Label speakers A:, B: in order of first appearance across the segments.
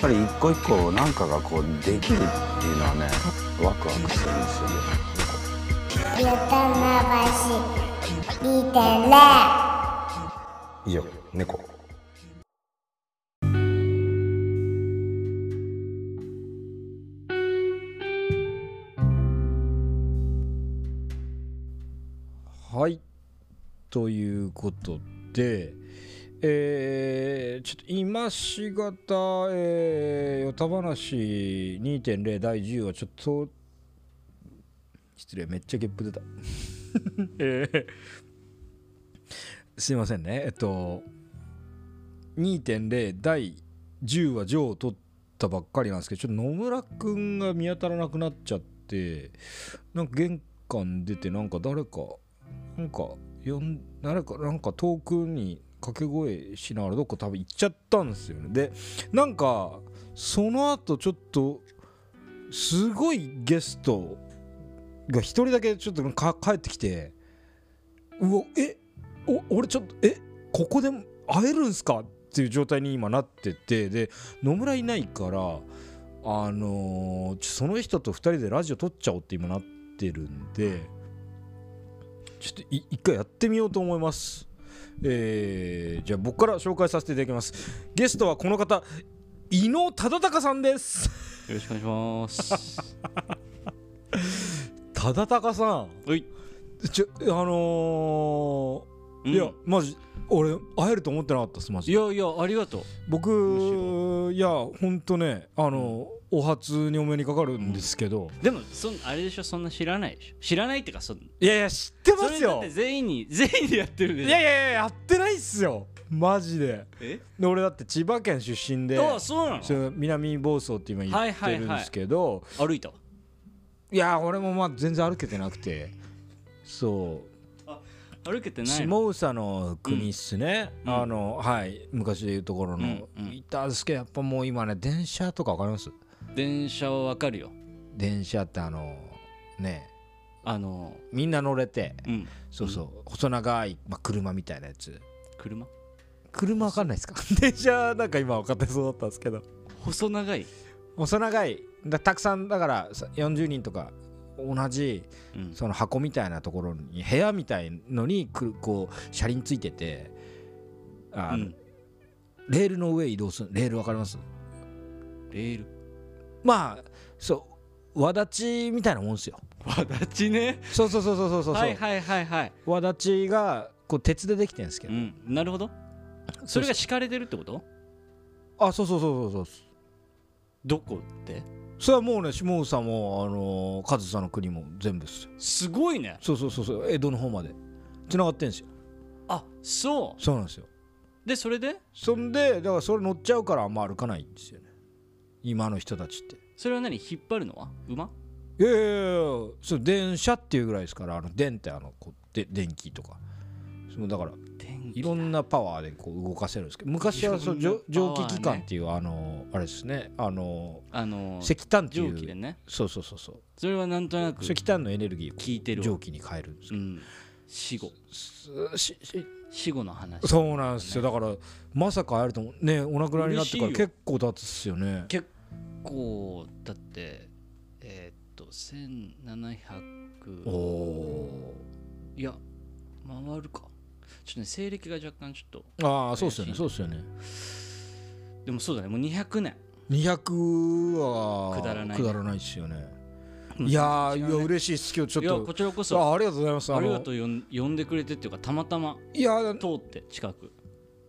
A: ぱり一個一個なんかがこうできるっていうのはねワクワクするんですよね
B: ゆたまばし見てね
C: 以上猫
D: はい。ということで、えーちょっと今しがた、えー、よた話2.0第10話、ちょっと、失礼、めっちゃゲップ出た。 えーすいませんね、えっと、2.0第10話、上を取ったばっかりなんですけど、ちょっと野村くんが見当たらなくなっちゃって、なんか玄関出て、なんか誰か、なんか呼ん誰かなんか遠くに掛け声しながらどっか多分行っちゃったんですよねでなんかその後ちょっとすごいゲストが一人だけちょっとか帰ってきてうわえお俺ちょっとえここで会えるんすかっていう状態に今なっててで野村いないからあのーちょその人と2人でラジオ撮っちゃおうって今なってるんで。ちょっとい一回やってみようと思います。えーじゃあ僕から紹介させていただきます。ゲストはこの方、伊野忠敬さんです。
E: よろしくお願いし ます。
D: 忠敬さん、
E: おい、
D: ちょあのー
E: うん
D: いや、マジ、俺、会えると思ってなかったです、マジ
E: い
D: で。
E: やいや、ありがとう。
D: 僕、いや、ほんとね、あのお初にお目にかかるんですけど、
E: でも、そんあれでしょ、そんな知らないでしょ。知らないってか、そん
D: いやいや、知ってま
E: それ
D: す
E: だっ
D: よ。
E: て全員に、 全員でやってるでしょ。
D: いやいやいや、やってないっすよ、マジで。
E: え
D: で俺だって千葉県出身で。
E: ああ、そうなの
D: その南房総って今言ってるんですけど、い
E: 歩いたわ。
D: や俺もまあ全然歩けてなくてそう
E: 歩けてないの。
D: 下総の国っすね、
E: うん
D: あのはい昔でいうところの、
E: うんうん
D: いたんですけどやっぱもう今ね電車とかわかります
E: 電車はわかるよ。
D: 電車ってあのね
E: あの、
D: みんな乗れて
E: うん、
D: そうそう、細長い、まあ、車みたいなやつ
E: 車
D: 車わかんないですか 電車なんか今分かってそうだったんですけど
E: 細長い。
D: 細長いだたくさんだからさ40人とか同じ
E: うん、
D: その箱みたいなところに部屋みたいのにくるこう車輪ついててあ
E: う
D: の、
E: ん
D: レールの上移動するレールわかります
E: レール。
D: まあそう輪立ちみたいなもんですよ
E: わだちね。
D: そうそうそうそうそうそう、
E: はいはいはいはい。
D: 輪立ちがこう鉄でできてるんですけ
E: う
D: ど、
E: ん、なるほど。それが敷かれてるってこと
D: あそうそうそうそうそう
E: どこって
D: それはもうね下総もあのー上総の国も全部ですよ
E: すごいね。
D: そうそうそうそう江戸の方まで繋がってんですよ
E: あ、そ
D: そうなんですよ
E: う。で、それで
D: そんでだからそれ乗っちゃうからあんま歩かないんですよね今の人たちって
E: それは何引っ張るのは馬
D: いやいやいやそう電車っていうぐらいですからあの電ってあのこうで電気とかそのだから
E: 電
D: い
E: 気
D: ろんなパワーでこう動かせるんですけど昔はそう蒸
E: いろ
D: 蒸
E: んなパワーね
D: 気機関っていうあのあれですねあの
E: あのー、
D: 石炭ってい
E: 蒸気で
D: う
E: ね
D: そうそうそうそう
E: それはなんとなく
D: 石炭のエネルギーを
E: 聞いてるわ
D: 蒸気に変えるんで
E: うん死後
D: すよしし
E: 死後の話
D: そうなんですよだからまさか会えると思うねお亡くなりになってから
E: 嬉しいよ
D: 結構経つっすよね
E: 結構だってえーっと1700
D: おお
E: いや回るかちょっとね西暦が若干ちょっと
D: ーああそうっすよねそうっすよね
E: でもそうだねもう200年
D: 200は
E: くだらない
D: く
E: ね
D: だらないっすよねいやー、
E: 違う
D: い
E: ね
D: や嬉しいです今日ち
E: いや
D: ょっ
E: こちらことそ
D: あありがとうございます
E: あ
D: の
E: りがとうよん呼んでくれてっていうかたまたま
D: いや
E: 通って近く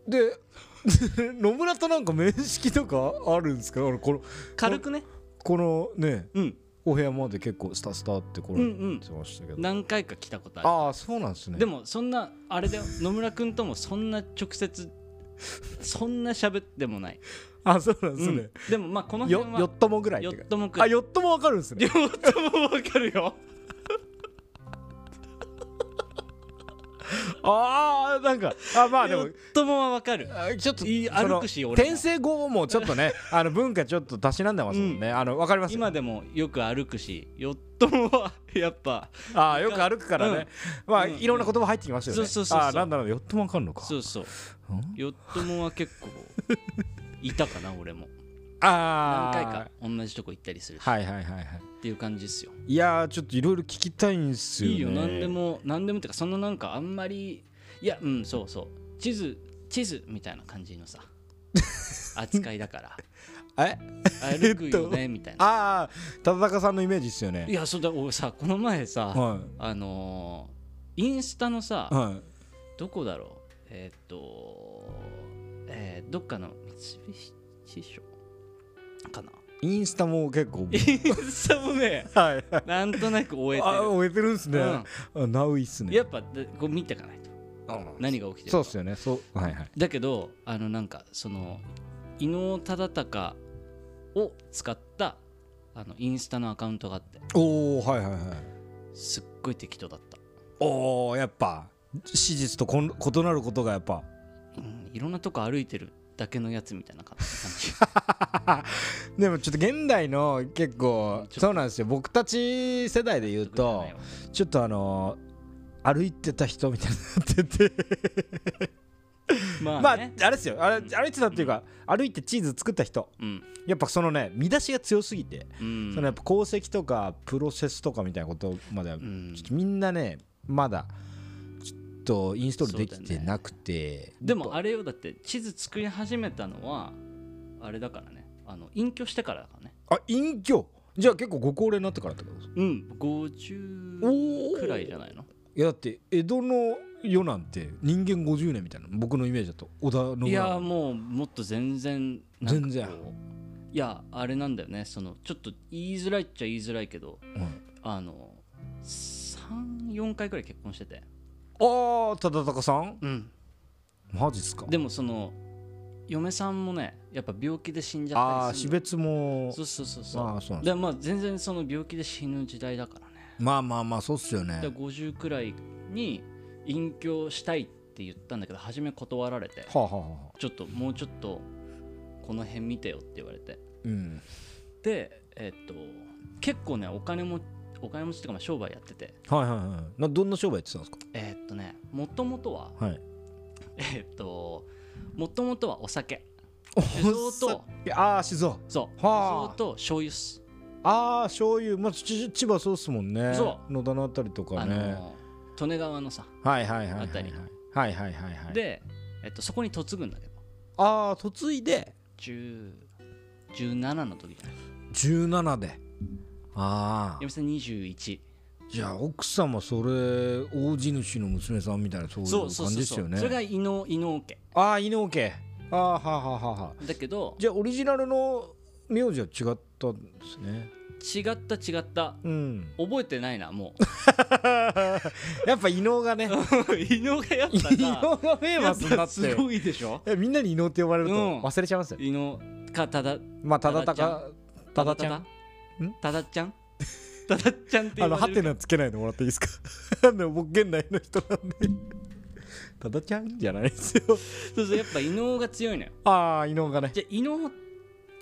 D: で 野村となんか面識とかあるんですかあのこの
E: 軽くね
D: このね
E: うん
D: お部屋まで結構スタスタってこら
E: う
D: れ
E: んうん
D: てましたけど、
E: 何回か来たことある
D: ああそうなんですね
E: でもそんなあれだよ野村君ともそんな直接そんな喋ってもない、
D: あそうなんです
E: う
D: ね
E: ん、でもまあこの
D: よ
E: 辺は
D: よっともぐらい
E: よ
D: って
E: っ
D: か
E: ともく
D: あよっともわかるんですね
E: よっともわかるよ
D: ああなんかあまあで
E: よ
D: も
E: っともはわかる
D: あちょっと
E: いい
D: その
E: 歩くし俺も
D: 転生後もちょっと ねあの文化ちょっとたしなんでますもんね、あのわかります
E: 今でもよく歩くしよっともはやっぱ
D: ああよく歩くからね、まあ、
E: うん
D: いろんな言葉入ってきますよね
E: そうそうそうそう
D: ああなんだろうよっともわかるのか
E: そうそう
D: うん
E: よっともは結構いたかな俺も
D: あ
E: 何
D: あ
E: 回か同じとこ行ったりするし、
D: はいはいはいはい
E: っていう感じっすよ
D: いやーちょっといろいろ聞きたいんですよ、ね、
E: いいよ何でも何でもってかそんななんかあんまりいやうんそうそう地図地図みたいな感じ のさ扱いだから
D: え
E: 歩くよねみたいな
D: ああ忠敬さんのイメージですよ
E: い
D: ね
E: やそうだ俺さこの前さ
D: は
E: あのーインスタのさ
D: いはい
E: どこだろうえーっとえーどっかの三菱地所かな
D: インスタも結構
E: インスタもね
D: はい
E: なんとなく終えて
D: あ終えてるんですね、あナウイっす
E: る
D: ね
E: やっぱでこう見てかないと何が起きてるか
D: そうっすよねそうはいはい
E: だけどあのなんかその伊能忠敬を使ったあのインスタのアカウントがあって
D: おおはいはいはい
E: すっごい適当だった、
D: おおやっぱ史実とこん異なることがやっぱ
E: うん、いろんなとこ歩いてるだけのやつみたいな感じ
D: でもちょっと現代の結構
E: ちょっと
D: そうなんですよ僕たち世代で言うとちょっとあのー歩いてた人みたいになってて
E: まあ、
D: まあ
E: ね
D: あれですよあれ歩いてたっていうか歩いてチーズ作った人
E: うん
D: やっぱそのね見出しが強すぎて
E: うん
D: そのやっぱ功績とかプロセスとかみたいなことまでは
E: うん
D: ちょっとみんなねまだちょっとインストールできてなくて、
E: でもあれよだって地図作り始めたのはあれだからねあの隠居してからだからね
D: あ隠居じゃあ結構ご高齢になってからってことですか
E: うん50くらいじゃないの
D: いやだって江戸の世なんて人間50年みたいな僕のイメージだと織田信長
E: いやもうもっと全然なんかこう
D: 全然
E: いやあれなんだよねそのちょっと言いづらいっちゃ言いづらいけど
D: うん
E: あの34回くらい結婚してて
D: ああ忠敬さん
E: うん
D: マジっすか
E: でもその嫁さんもねやっぱ病気で死んじゃ
D: あ
E: った
D: あ
E: り
D: 死
E: する
D: 別も
E: そうそうそうそう
D: まあそうなんです
E: でまあ全然その病気で死ぬ時代だからね
D: まあまあまあそうっすよね
E: で50くらいに隠居したいって言ったんだけど初め断られて
D: はあはあはあ
E: ちょっともうちょっとこの辺見てよって言われて
D: うん
E: でえっと結構ねお金もお金持ちとかまあ商売やってて
D: はいはいはいなどんな商売やってたんですか
E: えっとねもともとは
D: はい
E: えっともともとはお酒
D: お
E: 酒造と
D: ああ酒造
E: そう
D: はあ
E: 酒造と醤油っす
D: ああ醤油まあち千葉そうっすもんね
E: そ
D: 野田のあたりとか
E: あ
D: ね、
E: の利根川のさ
D: はいはいはいはい
E: あたり
D: はいはいはいはい
E: でえっとそこに嫁ぐんだけど
D: ああ嫁いで
E: 10 17の時じゃない
D: 17でああ
E: 嫁さん21
D: じゃあ奥様それ大地主の娘さんみたいなそういう
E: そ
D: 感
E: うそう
D: じ
E: そう
D: です
E: そ
D: よ
E: う
D: ね
E: それが伊能伊能家
D: ああ伊能家ああはあはあはあはあ
E: だけど
D: じゃあオリジナルの名字は違ったんですね
E: 違った違った
D: うん
E: 覚えてないなも
D: やっぱ伊能がね
E: う伊能がやっ
D: 伊
E: ぱ
D: 能
E: さ
D: が名
E: や
D: 物に
E: っ
D: な
E: ぱ
D: っ
E: す
D: て
E: ごいでしょ
D: えみんなに伊能って呼ばれると
E: うん
D: 忘れちゃいますよ、
E: 伊能かただ
D: まあただ
E: 忠
D: た
E: ちゃん
D: かただちゃんん
E: ただちゃん ただちゃんって
D: あ
E: 言
D: の
E: わ
D: ハ
E: れ
D: テ
E: る
D: ナつけないでもらっていいですか あの僕現代の人なんでただちゃんじゃないですよ
E: そうそうやっぱ伊能が強いのよ
D: ああ伊能がね
E: じゃあ伊能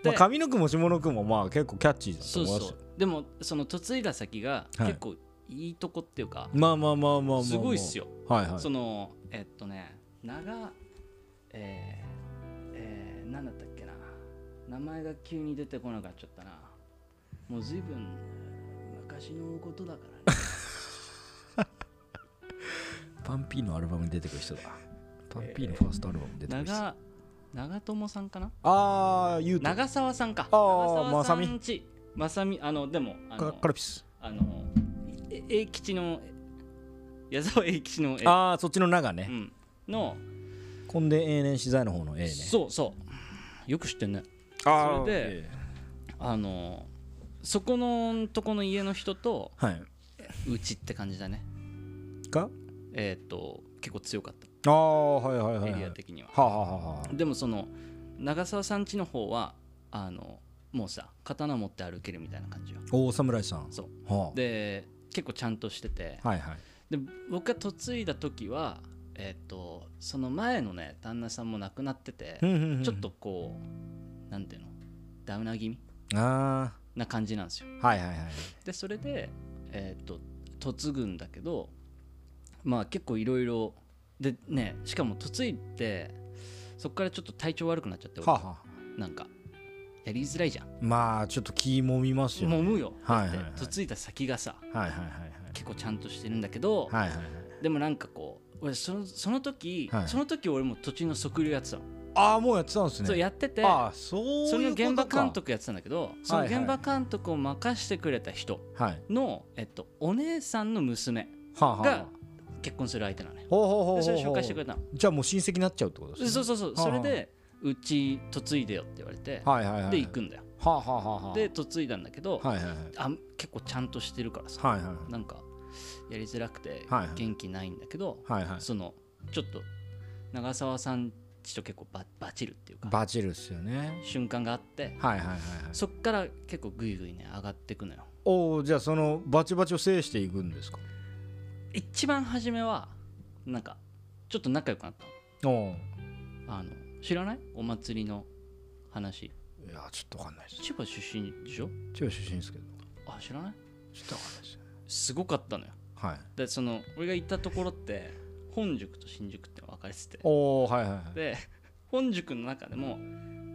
D: まあ、上の句も下の句もまあ結構キャッチーだと
E: そう
D: 思いますよ
E: そうでもその嫁いだ先が
D: はい
E: 結構いいとこっていうか、
D: まあまあまあまあまあまあ
E: すごいっすよ、
D: はいはい
E: そのえっとね長えー、えー、なんだったっけな名前が急に出てこなくなっちゃったなもう随分昔のことだからね
D: パンピーのアルバムに出てくる人だパンピーのファーストアルバムに出てくる人、
E: 長長友さんかな
D: ああ言うと
E: 長澤さんか
D: あ
E: 長
D: ー
E: 澤さんちまさみあのでもあ
D: か
E: の
D: カルピス
E: あのえ永吉の矢沢永吉の絵
D: ああそっちの長
E: う
D: ね
E: ん、の、
D: 婚で永年資材の方の A ね
E: そうそうよく知ってんね
D: あ
E: それであのそこのとこの家の人と
D: は
E: うちって感じだね
D: いか
E: えっ、と結構強かっ
D: ああはいはい
E: た
D: はい
E: エリ
D: は
E: ア
D: い
E: 的には、
D: はあ、はあはあ、
E: でもその長澤さん家の方はあのもうさ刀持って歩けるみたいな感じよ
D: おお侍さん
E: そう
D: はあ
E: で結構ちゃんとしてて
D: はいはい
E: で僕が嫁いだ時はえっ、とその前のね旦那さんも亡くなってて、ちょっとこうなんていうのダウナー気味
D: あ
E: な感じなんですよ
D: あはいはいはい
E: でそれでえっ、と嫁ぐんだけどまあ結構いろいろでねしかも嫁いでそっからちょっと体調悪くなっちゃって、
D: はあはあ
E: なんかやりづらいじゃん
D: まあちょっと気もみますよね
E: 揉むよ
D: はいはいはい
E: だってとっついた先がさ
D: はいはい
E: 結構ちゃんとしてるんだけど、
D: はいはいはいはいはい
E: でもなんかこう俺そのその時、
D: はい
E: その時俺も途中の測量やってたの、
D: ああもうやってたんですね
E: そうやってて
D: ああそういう
E: その現場
D: ことか
E: 監督やってたんだけどその
D: はいはい
E: 現場監督を任してくれた人
D: はい
E: の、えっと、お姉さんの娘
D: はあはあ
E: が結婚する相手なのよ、
D: ほうほうほうほ
E: で
D: う
E: それ紹介してくれたの、
D: じゃあもう親戚になっちゃうってことですね
E: そうそうそう
D: はあ
E: それでうち嫁いでよって言われて、
D: はいはいはい
E: で行くんだよ
D: はあはあはあはあ
E: で嫁いだんだけど、
D: はいはいはい
E: あ結構ちゃんとしてるからさ、
D: はいはい
E: なんかやりづらくて
D: はいはい
E: 元気ないんだけど、
D: はいはい
E: そのちょっと長澤さんちと結構ババチるっていうか
D: バチェルっすよね
E: 瞬間があって
D: はいはいはいはい
E: そっから結構グイグイね上がってくのよ
D: おおじゃあそのバチバチを制していくんですか
E: 一番初めはなんかちょっと仲良くなった
D: おお
E: のあの知らないお祭りの話
D: いやちょっとわかんないです
E: 千葉出身でしょ
D: 中出身ですけど
E: あ知らない
D: ちょっとわかんないです
E: すごかったのよ
D: はい
E: でその俺が行ったところって本宿と新宿って分かれてて
D: おおはいはいはい
E: で本宿の中でも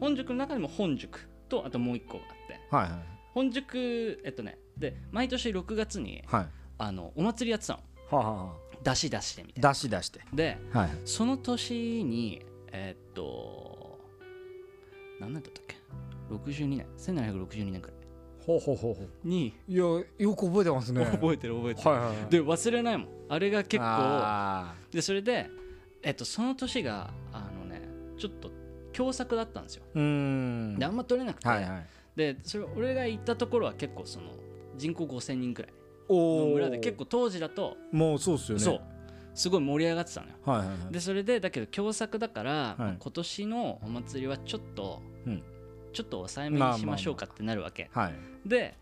E: 本宿の中でも本宿とあともう一個があって
D: はい
E: 本宿えっとねで毎年6月に
D: はいはい
E: あのお祭りやってたの
D: はあはあはあ
E: 出し出してみたいな
D: 出し出して
E: で
D: はい
E: その年にえっと何年だったっけ62年1762年くらい
D: ほうほうほうほう
E: に、
D: いやよく覚えてますね
E: 覚えてる覚えてる、
D: はいはいはい
E: で忘れないもんあれが結構
D: あ
E: でそれでえっとその年があのねちょっと共作だったんですよ
D: ーうーん
E: であんま取れなくて、
D: はいはい
E: でそれ俺が行ったところは結構その人口5000人くらい
D: お
E: の
D: お
E: 村で結構当時だと
D: もうそうっすよね
E: そうすごい盛り上がってたのよ
D: はいはいはい
E: でそれでだけど共作だから、
D: い
E: まあ今年のお祭りはちょっと、
D: うん
E: ちょっと抑えめにしましょうかってなるわけ、
D: はい
E: で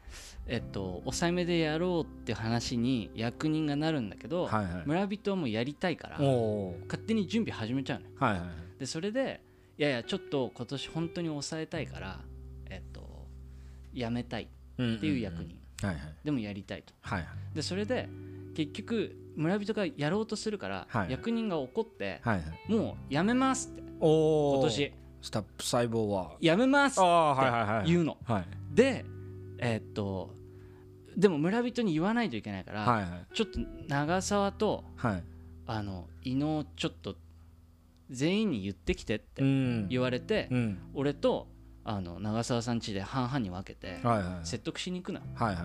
E: えっと抑えめでやろうって話に役人がなるんだけど、
D: はいはい
E: 村人はもうやりたいから
D: おお
E: 勝手に準備始めちゃうのよ
D: はいはいはい
E: でそれでいやいやちょっと今年本当に抑えたいからえっとやめたい
D: っ
E: っていう役人、
D: はいはい
E: でもやりたいと
D: はいはい
E: でそれで結局村人がやろうとするから、
D: はい
E: 役人が怒って、
D: はいはい
E: もうやめますって
D: おお
E: 今年
D: スタップ細胞は
E: やめます
D: ああはいはいはい
E: 言うの
D: はい
E: でえーっとでも村人に言わないといけないから、
D: はいはい
E: ちょっと長澤と
D: はい
E: あの伊野をちょっと全員に言ってきてって
D: ん
E: 言われて、
D: うん
E: 俺とあの長澤さん家で半々に分けて
D: はいはいはい
E: 説得しに行くな
D: はいはいはい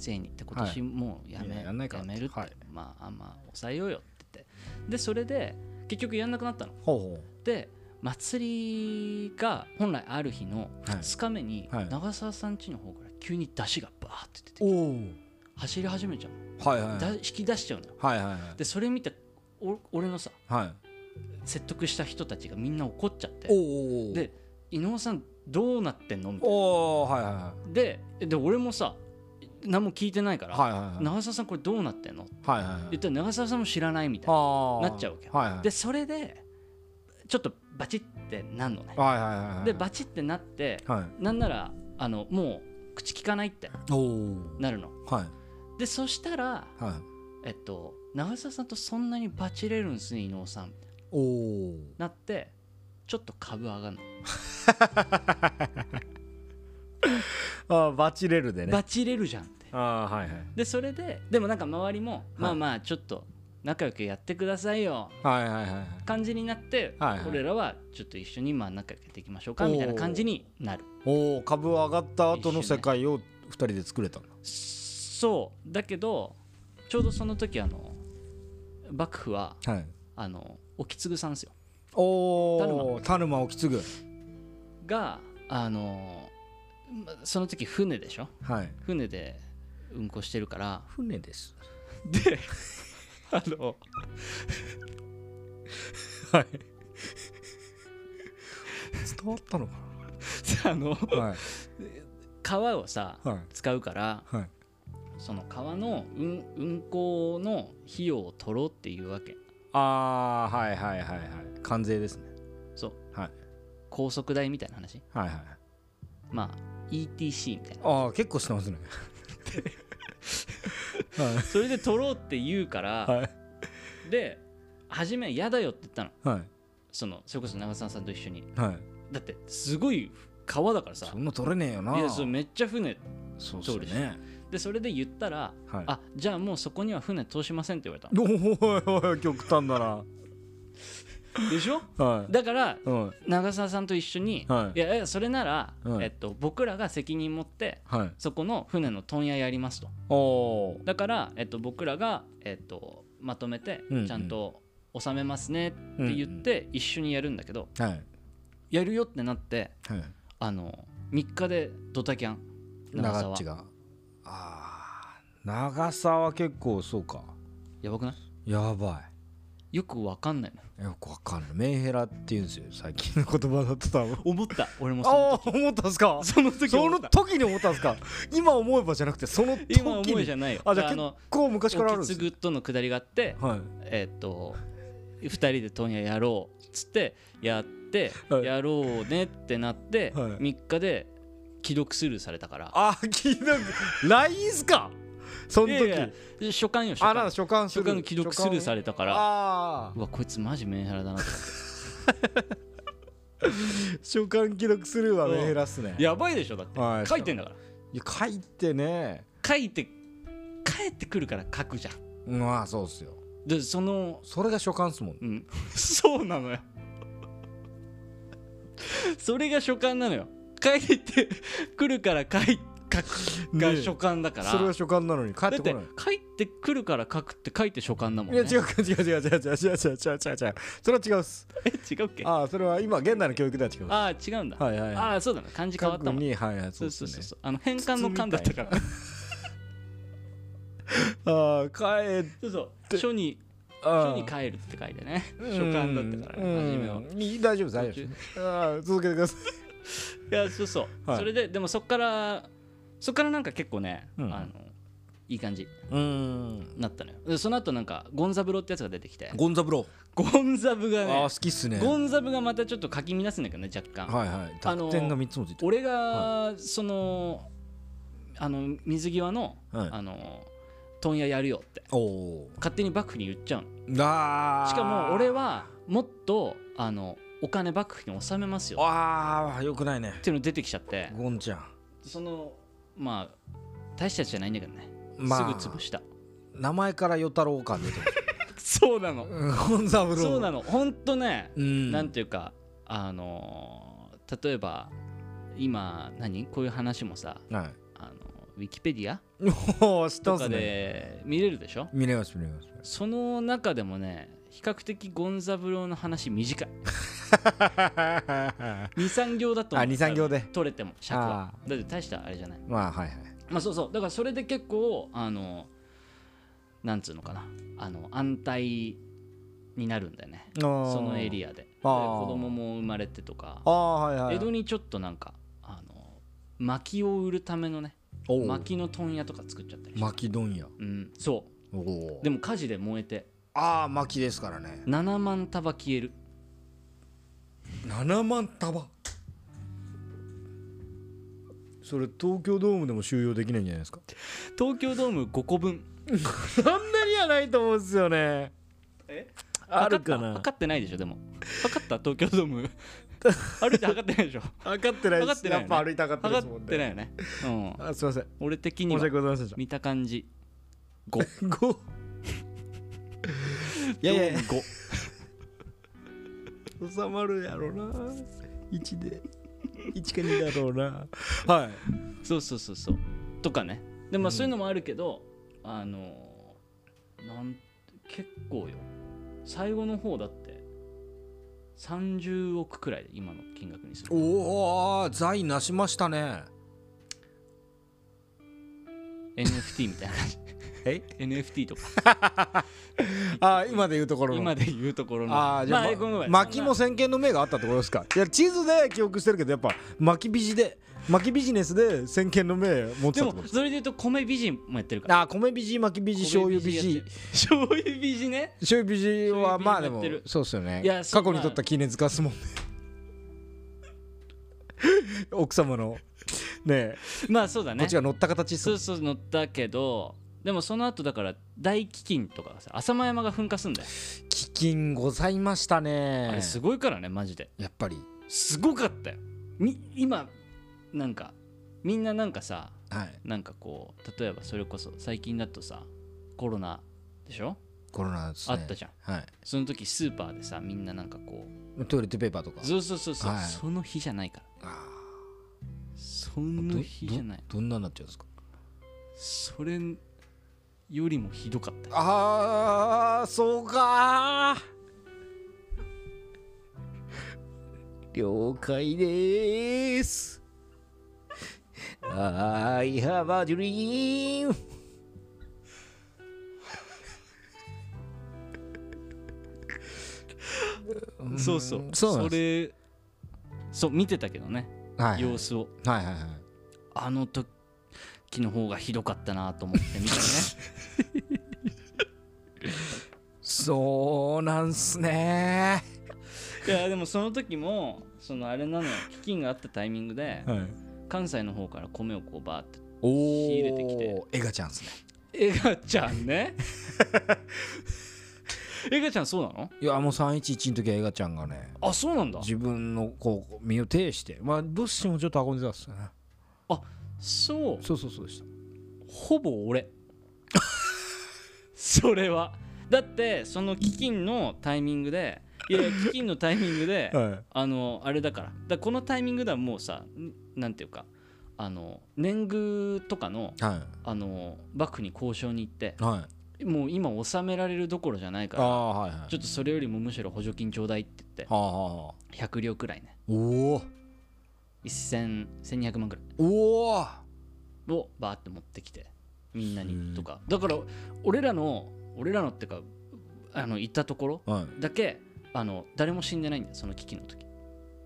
E: 全員にって今年もう
D: い
E: やめ,、
D: やや
E: や
D: んないから
E: めるって、
D: はい
E: まああんま抑えようよって言ってでそれで結局やんなくなったの
D: ほうほ
E: で祭りが本来ある日の2日目に
D: はいはい
E: 長澤さん家の方から急に出汁がバーって出てきて
D: うおお
E: 走り始めちゃう
D: はい
E: の、
D: はい
E: だ引き出しちゃうのよ
D: はいはいはい
E: でそれ見てお俺のさ
D: はい
E: 説得した人たちがみんな怒っちゃって
D: おおおお
E: で伊野尾さんどうなってんのみたい
D: おおはいはいはい
E: なでで俺もさ何も聞いてないから、
D: はいはいはい
E: 長澤さんこれどうなってんの
D: はいはいはい
E: 言ったら長澤さんも知らないみたいな
D: ああ
E: なっちゃうわけ
D: はいはい
E: でそれでちょっとバチってなんのね
D: はいはいはいはい
E: でバチってなって
D: はい
E: なんならあのもう口聞かないって
D: おお
E: なるの
D: はい
E: でそしたら
D: はい
E: えっと長澤さんとそんなにバチれるんすね伊野尾さん
D: おお
E: なってちょっと株上がんの、
D: ああバチレルで
E: バチれるじゃんって
D: ああはいはい
E: でそれででもなんか周りも、まあまあちょっと仲良くやってくださいよ
D: はいはいはいはい
E: 感じになって、
D: はいはい
E: 俺らはちょっと一緒にまあ仲良くやっていきましょうかみたいな感じになる
D: おお株上がった後の世界を二人で作れたんだ
E: そうだけどちょうどその時あの幕府は
D: はい
E: あの沖継さんですよ
D: おお田沼をき継ぐ
E: があのまその時船でしょ
D: はい
E: 船で運航してるから
D: 船です
E: で あの
D: はい伝わったのか
E: あの
D: なはい
E: 川をさ、
D: はい
E: 使うから
D: はい
E: その川の運運航の費用を取ろうっていうわけ
D: ああーはいはいはいはい関税ですね
E: そう
D: はい
E: 高速代みたいな話
D: はいはい
E: まあ ETC みたいな
D: ああ結構してます ね
E: それで取ろうって言うから、
D: はい
E: で初め嫌だよって言ったの
D: はい
E: そのそれこそ長澤さんと一緒に
D: はい
E: だってすごい川だからさ
D: そんな取れねえよない
E: やそれめっちゃ船
D: そうっすよ
E: 通りで
D: ね
E: でそれで言ったら、
D: はい
E: あじゃあもうそこには船通しませんって言われ
D: おいおい極端だな
E: たでしょ
D: はい
E: だから
D: うん
E: 長澤さんと一緒に、
D: はい
E: い、やいやそれなら、
D: はい
E: えっと、僕らが責任持って
D: はい
E: そこの船の問屋やりますと
D: おお
E: だから、えっと、僕らが、えっと、まとめて
D: うんうん
E: ちゃんと納めますねって言って一緒にやるんだけど、
D: ーはい
E: やるよってなって
D: はい
E: あの3日でドタキャン長
D: 長
E: 澤
D: っちがあー長さは結構そうか
E: やばくない
D: やば
E: よくわかんないの
D: いよくわかんないメンヘラって言うんですよ最近の言葉だと多 分
E: 思った俺もその
D: ああ思ったんすか
E: その 時
D: そ
E: 思
D: の
E: った
D: 時に思ったん すか今思えばじゃなくてその時
E: 今思いじ
D: に
E: ゃないよ
D: あじゃあ
E: あ
D: 結
E: の
D: 構昔からあるん
E: お
D: で
E: き
D: す
E: つ
D: ね
E: ぐっとのくだりがあって
D: はい
E: えっと2人で問屋やろうっつってやって、
D: はい
E: やろうねってなって、
D: はい
E: 3日で既読スルーされたから
D: あ聞いた LINE っすかその
E: い
D: 時
E: やいや初感よ初
D: あなんだ
E: 感
D: 所感する
E: 初感の既読スルーされたから
D: ああ
E: うわこいつマジメンヘラだなと思っ
D: 所感記録するはメンヘラっすね
E: てやばいでしょだって、
D: はい
E: 書いてんだから
D: いや書いてね
E: 書いて帰ってくるから書くじゃん
D: まあそうっすよ
E: でその
D: それが所感っすもん
E: うん そうなのよそれが書簡なのよ書いてくるから書い書く
D: ね
E: が
D: え
E: 書簡だから、
D: それが所感なのに帰っ
E: だ
D: て
E: っ
D: こな
E: て
D: い
E: 書いてくるから書くって書いて書簡だもん
D: い
E: ね
D: や違う違う違う違う違う違う違う違う違う違うそれは違うっす
E: え 違うっけあ
D: ああそれは今現代の教育では違うっ
E: あー違うんだ、
D: すはいはい
E: あ
D: はい
E: あそうだな漢字変わ
D: 書
E: った
D: く
E: もん
D: にはいはいそ
E: そうう
D: っす
E: そうそう
D: ね
E: そうあの変換の勘だったから
D: ああ帰っ
E: そうそう書に書
D: 書
E: に帰るって書いてね書簡だったからね初めは
D: 大丈夫です大丈夫ですああ続けてください
E: いやそうそう、
D: はい
E: それででもそっからそっからなんか結構ね、
D: うん
E: あのいい感じ
D: うん
E: なったのよでその後なんかゴンザブロってやつが出てきて
D: ゴンザブロ
E: ゴンザブが
D: あ
E: ね
D: あ好きっすね
E: ゴンザブがまたちょっとかき乱すんだけどね若干、
D: はいはい
E: あの
D: 濁点が三つもついてる
E: 俺がそのあの水際の、
D: はい
E: あの問屋やるよって
D: おお
E: 勝手に幕府に言っちゃうの
D: ああ
E: しかも俺はもっとあのお金幕府に納めますよ
D: ああよくないね
E: っていうの出てきちゃって
D: ゴンちゃん
E: そのまあ大したやつじゃないんだけどね、
D: まあ
E: すぐ潰した
D: 名前から与太郎感出てる
E: そうなの
D: ゴンザブロ
E: そうな
D: の
E: のほんとね、
D: うん
E: なんていうかあのー例えば今何こういう話もさ
D: はい
E: あのウィキペディア
D: おー知って
E: と
D: ま
E: か
D: すね
E: で見れるでしょ
D: 見れます見れます
E: その中でもね比較的ゴンザブローの話短い23行だと思う
D: あ23行で
E: 取れても尺は
D: あ
E: だって大したあれじゃない
D: まあはいはい
E: まあそうそうだからそれで結構あのなんつうのかなあの安泰になるんだよね
D: そ
E: そのエリ
D: ア
E: アでで子
D: あー
E: 供も生まれてとか
D: ああはいはい
E: 江戸にちょっとなんかあの薪を売るためのね
D: おう
E: 薪の問屋とか作っちゃったりして、
D: 薪問屋
E: うん、そ
D: おお
E: うでも火事で燃えて
D: ああ薪ですからね
E: 7万束消える
D: 7万束それ東京ドームでも収容できないんじゃないですか
E: 東京ドーム5個分
D: そんなにはないと思うんですよねあるかな
E: 測った測ってないでしょでも測った東京ドーム 歩いて測ってないでしょ
D: 測ってない
E: 測ってないよね
D: やっぱ歩いたかったです
E: 測
D: もん
E: っ
D: ね
E: てないよね、うん、
D: あすいません
E: 俺的に
D: 申し
E: は
D: 訳ございませんでし
E: 見た感じ
D: た5いやいやいや
E: 5
D: 収まるやろうな1で1か2だろうなはい
E: そうそうそうそうとかねでまあそういうのもあるけど、あのなん結構よ最後の方だって30億くらいで今の金額にする
D: おお財なしましたね
E: NFT みたいな話
D: え
E: NFT とか
D: ああ今で言うところの
E: 今で言うところの
D: ああじゃあ、
E: ま
D: ま
E: ごめんごめん
D: 薪も先見の明があったってことですかいや地図で記憶してるけどやっぱ薪ビジで薪ビジネスで先見の明持って
E: で
D: たって
E: も
D: ことです
E: それで言うと米美人もやってるから
D: ああ米ビジ薪ビジ醤油ビジ
E: 醤油美人ね
D: 醤油ビジはまあで
E: 醤
D: も
E: 油ビジもやってる
D: そうっすよね
E: いやそう
D: 過去に取った絹塚っすもんね 奥様のねえ
E: まあそうだ
D: こ
E: ね
D: っちが乗った形っす
E: そ
D: もん
E: うそう乗ったけどでもその後だから大飢饉とかがさ浅間山が噴火すんだよ、
D: 基金ございました
E: あ
D: ね
E: れすごいからねマジで
D: やっぱり
E: すごかったよみ今なんかみんななんかさ
D: はい
E: なんかこう例えばそれこそ最近だとさコロナでしょ
D: コロナですね
E: あったじゃん
D: はい
E: その時スーパーでさみんななんかこ
D: トイレットペーパーとか
E: うそうそうそうそう、
D: はい
E: その日じゃないから
D: あー
E: その日じゃない
D: どどんなになっちゃうんですか
E: それよりもひどかったよ
D: ああそうか了解ですあいはバジュリーン
E: そうそう
D: そうなん
E: そ
D: で
E: れそう見てたけどね、
D: はいはい
E: 様子を
D: はいはい
E: あの時の方がひどかったなと思って 見てね
D: そうなんすね
E: いやでもその時もそのあれなのよ飢饉があったタイミングで
D: はい
E: 関西の方から米をこうバーって
D: おお
E: 仕入れてきて
D: エガちゃんっすね
E: エガちゃ んねエガちゃんそうなの
D: いやもう311の時はエガちゃんがね
E: あそうなんだ
D: 自分のこう身を挺してまあどうしてもちょっと運んでたっすよね
E: そう
D: そうそうそうでした
E: ほぼ俺 それはだってその飢饉のタイミングでいやいや飢饉のタイミングで
D: はい
E: あのあれだからだからこのタイミングではもうさんなんていうかあの年貢とかの
D: は
E: あの幕府に交渉に行って
D: いはい
E: もう今納められるどころじゃないか
D: あ
E: ら
D: あはいはい
E: ちょっとそれよりもむしろ補助金ちょうだいって言っ
D: はあはあ
E: て100両くらいね
D: おお
E: 1000 1200万くらい
D: おお
E: をバーって持ってきてみんなにとかだから俺らの俺らのってかあの行ったところ
D: はい
E: だけあの誰も死んでないんだよその危機の時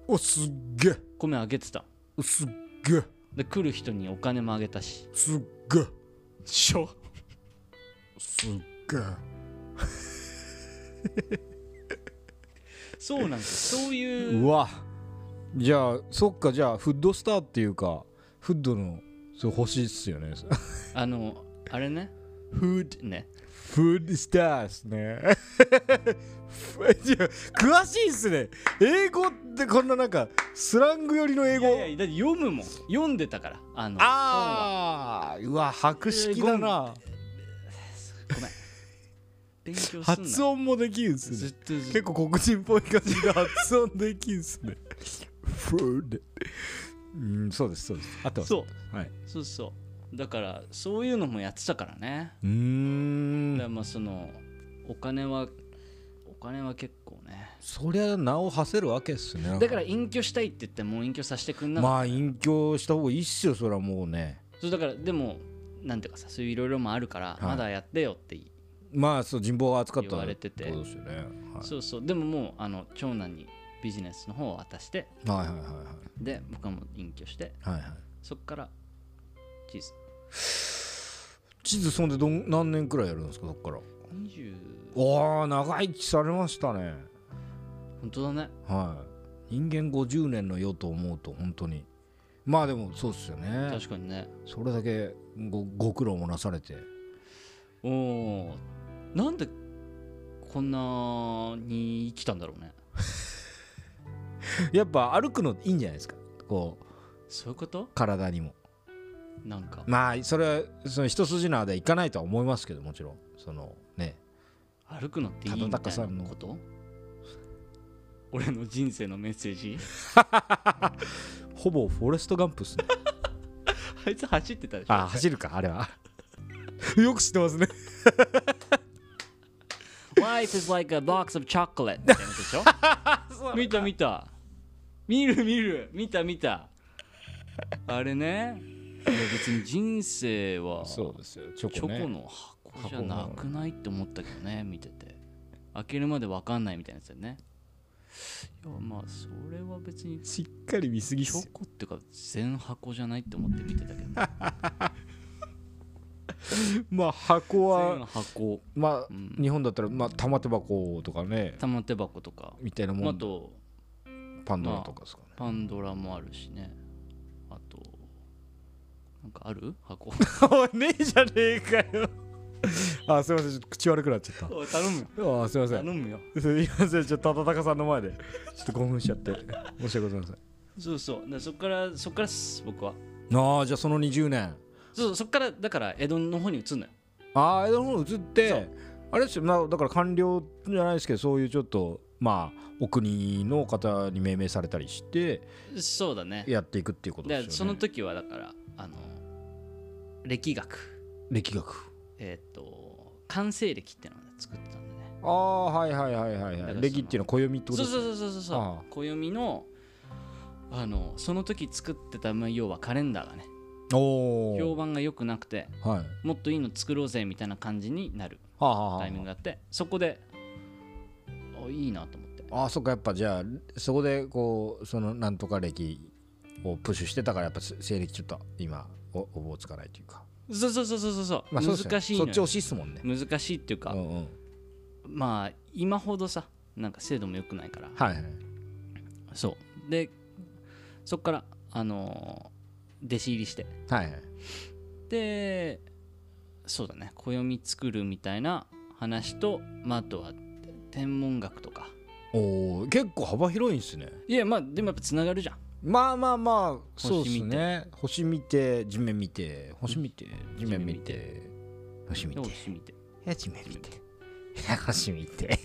D: おすっげえ
E: 米あげてた
D: おすっげえ
E: で来る人にお金もあげたし
D: すっげえ
E: しょ
D: すっげえ
E: そうなんですよ そういう
D: うわじゃあそっかじゃあフッドスターっていうかフッドのそう星っすよね
E: あのあれねフードね
D: フッドスターっすね いや詳しいっすね英語ってこんななんかスラング寄りの英
E: い
D: 語
E: やいやだって読むもん読んでたからあの
D: ああうわ博識だな
E: 本はごめん勉強すんな
D: 発音もできるんすね
E: ずっとずっと
D: 結構黒人っぽい感じで発音できんすね。フーで。うん、そうです、そうです。あってます。。
E: そう
D: はい。
E: そうそうだからそういうのもやってたからね
D: うー
E: だから
D: ん。
E: まあそのお金はお金は結構ね
D: そりゃ名を馳せるわけっすね。
E: だから隠居したいって言ってもう隠居させてくんなかった
D: まあ、隠居した方がいいっすよ、それはもうね。
E: そうだからでもなんていうかさそういういろいろもあるから、
D: い
E: まだやってよってい
D: まあ、そう、人望が厚かった
E: 言われてて
D: そうですよね。はい
E: そうそうでももうあの長男にビジネスの方を渡して
D: はいはいはい
E: で僕はもう隠居して
D: はい。はいはい。
E: そっからチーズ
D: 地図、そんでどん何年くらいやるんですか、そっから。
E: 20
D: おー、長生きされましたね。
E: 本当だね
D: はい。人間50年の世と思うと、本当に。まあでもそうっすよね。
E: 確かにね
D: それだけごご苦労もなされて
E: おおなんでこんなに生きたんだろうね
D: やっぱ歩くのいいんじゃないですかこう
E: そういうこと
D: 体にも
E: なんか
D: まあそれはその一筋縄ではいかないとは思いますけどもちろんそのね
E: 歩くのっていいみた
D: 忠敬さ
E: い
D: ん
E: な
D: の
E: こと俺の人生のメッセージ
D: ほぼフォレストガンプっすね
E: あいつ走ってたでし ょ
D: あ走るかあれは よく知ってますね
E: Life is like a box of chocolate みたいなやつで しょ見た見た見る見る見た見たあれねいや別に人生はチ
D: うですよチ
E: ョコの箱じゃなくないって思ったけどね見てて開けるまで分かんないみたいなやつだよねいやまあそれは別に
D: しっかり見すぎ
E: チョコっていうか全箱じゃないって思って見てたけどね
D: まあ箱
E: 全
D: は
E: 箱
D: まあ、
E: うん
D: 日本だったらまあ玉手箱とかね
E: 玉手箱とか
D: みたいなも
E: あ
D: ん
E: と
D: パンドラとかですかね、
E: パンドラもあるしねあとなんかある 箱
D: おいねえじゃねえかよあすいませんちょっと口悪くなっちゃった
E: 頼むよ
D: あすいません
E: 頼むよ
D: すみません、ちょっと忠敬さんの前で、ちょっと興奮しちゃって、申し訳ございません。
E: そうそうだからそこからそこからっす僕は
D: ああじゃあその20年
E: そうそうそこからだから江戸の方に移んのよ
D: ああ江戸の方に移っ
E: そ
D: て
E: う
D: あれですよなだから官僚じゃないですけどそういうちょっとまあお国の方に命名されたりして
E: そうだね
D: やっていくっていうことですよ
E: で
D: ね
E: その時はだからあの歴学
D: 歴学
E: えっ、と完成歴ってのをね作ってたんでね
D: ああはいはいはいはい
E: だ
D: は
E: からそ
D: い
E: の
D: 歴っていうのは暦ってこ
E: そ
D: と
E: う
D: です
E: そう
D: う
E: そうそう
D: あ
E: そ
D: あ
E: う暦のあのその時作ってた、まあ、要はカレンダーがね
D: お
E: 評
D: お
E: 判が良くなくて
D: はいは
E: もっといいの作ろうぜみたいな感じになる
D: あはあは
E: タイミングがあってそこであいいなと思って
D: ああそっかやっぱじゃあそこでこうそのなんとか歴をプッシュしてたからやっぱ西暦ちょっと今おおぼつかないというか、
E: そうそうそうそうそうそう、
D: まあ、そうですね
E: 難しいの
D: そっち惜
E: よ
D: しいっすもんね
E: 難しいっていうか、
D: うんうん
E: まあ今ほどさなんか精度も良くないから
D: はいはい
E: そうでそっからあのー弟子入りして
D: はいはい
E: でそうだね暦作るみたいな話と、まあ、あとは天文学とか
D: おお結構幅広いんですね
E: いやまあでもやっぱつながるじゃん
D: まあまあまあ
E: 星
D: そうです
E: 見
D: ね星見て地面見て星見て地面見て星見
E: で
D: て
E: 星見て
D: 地面見て 星見て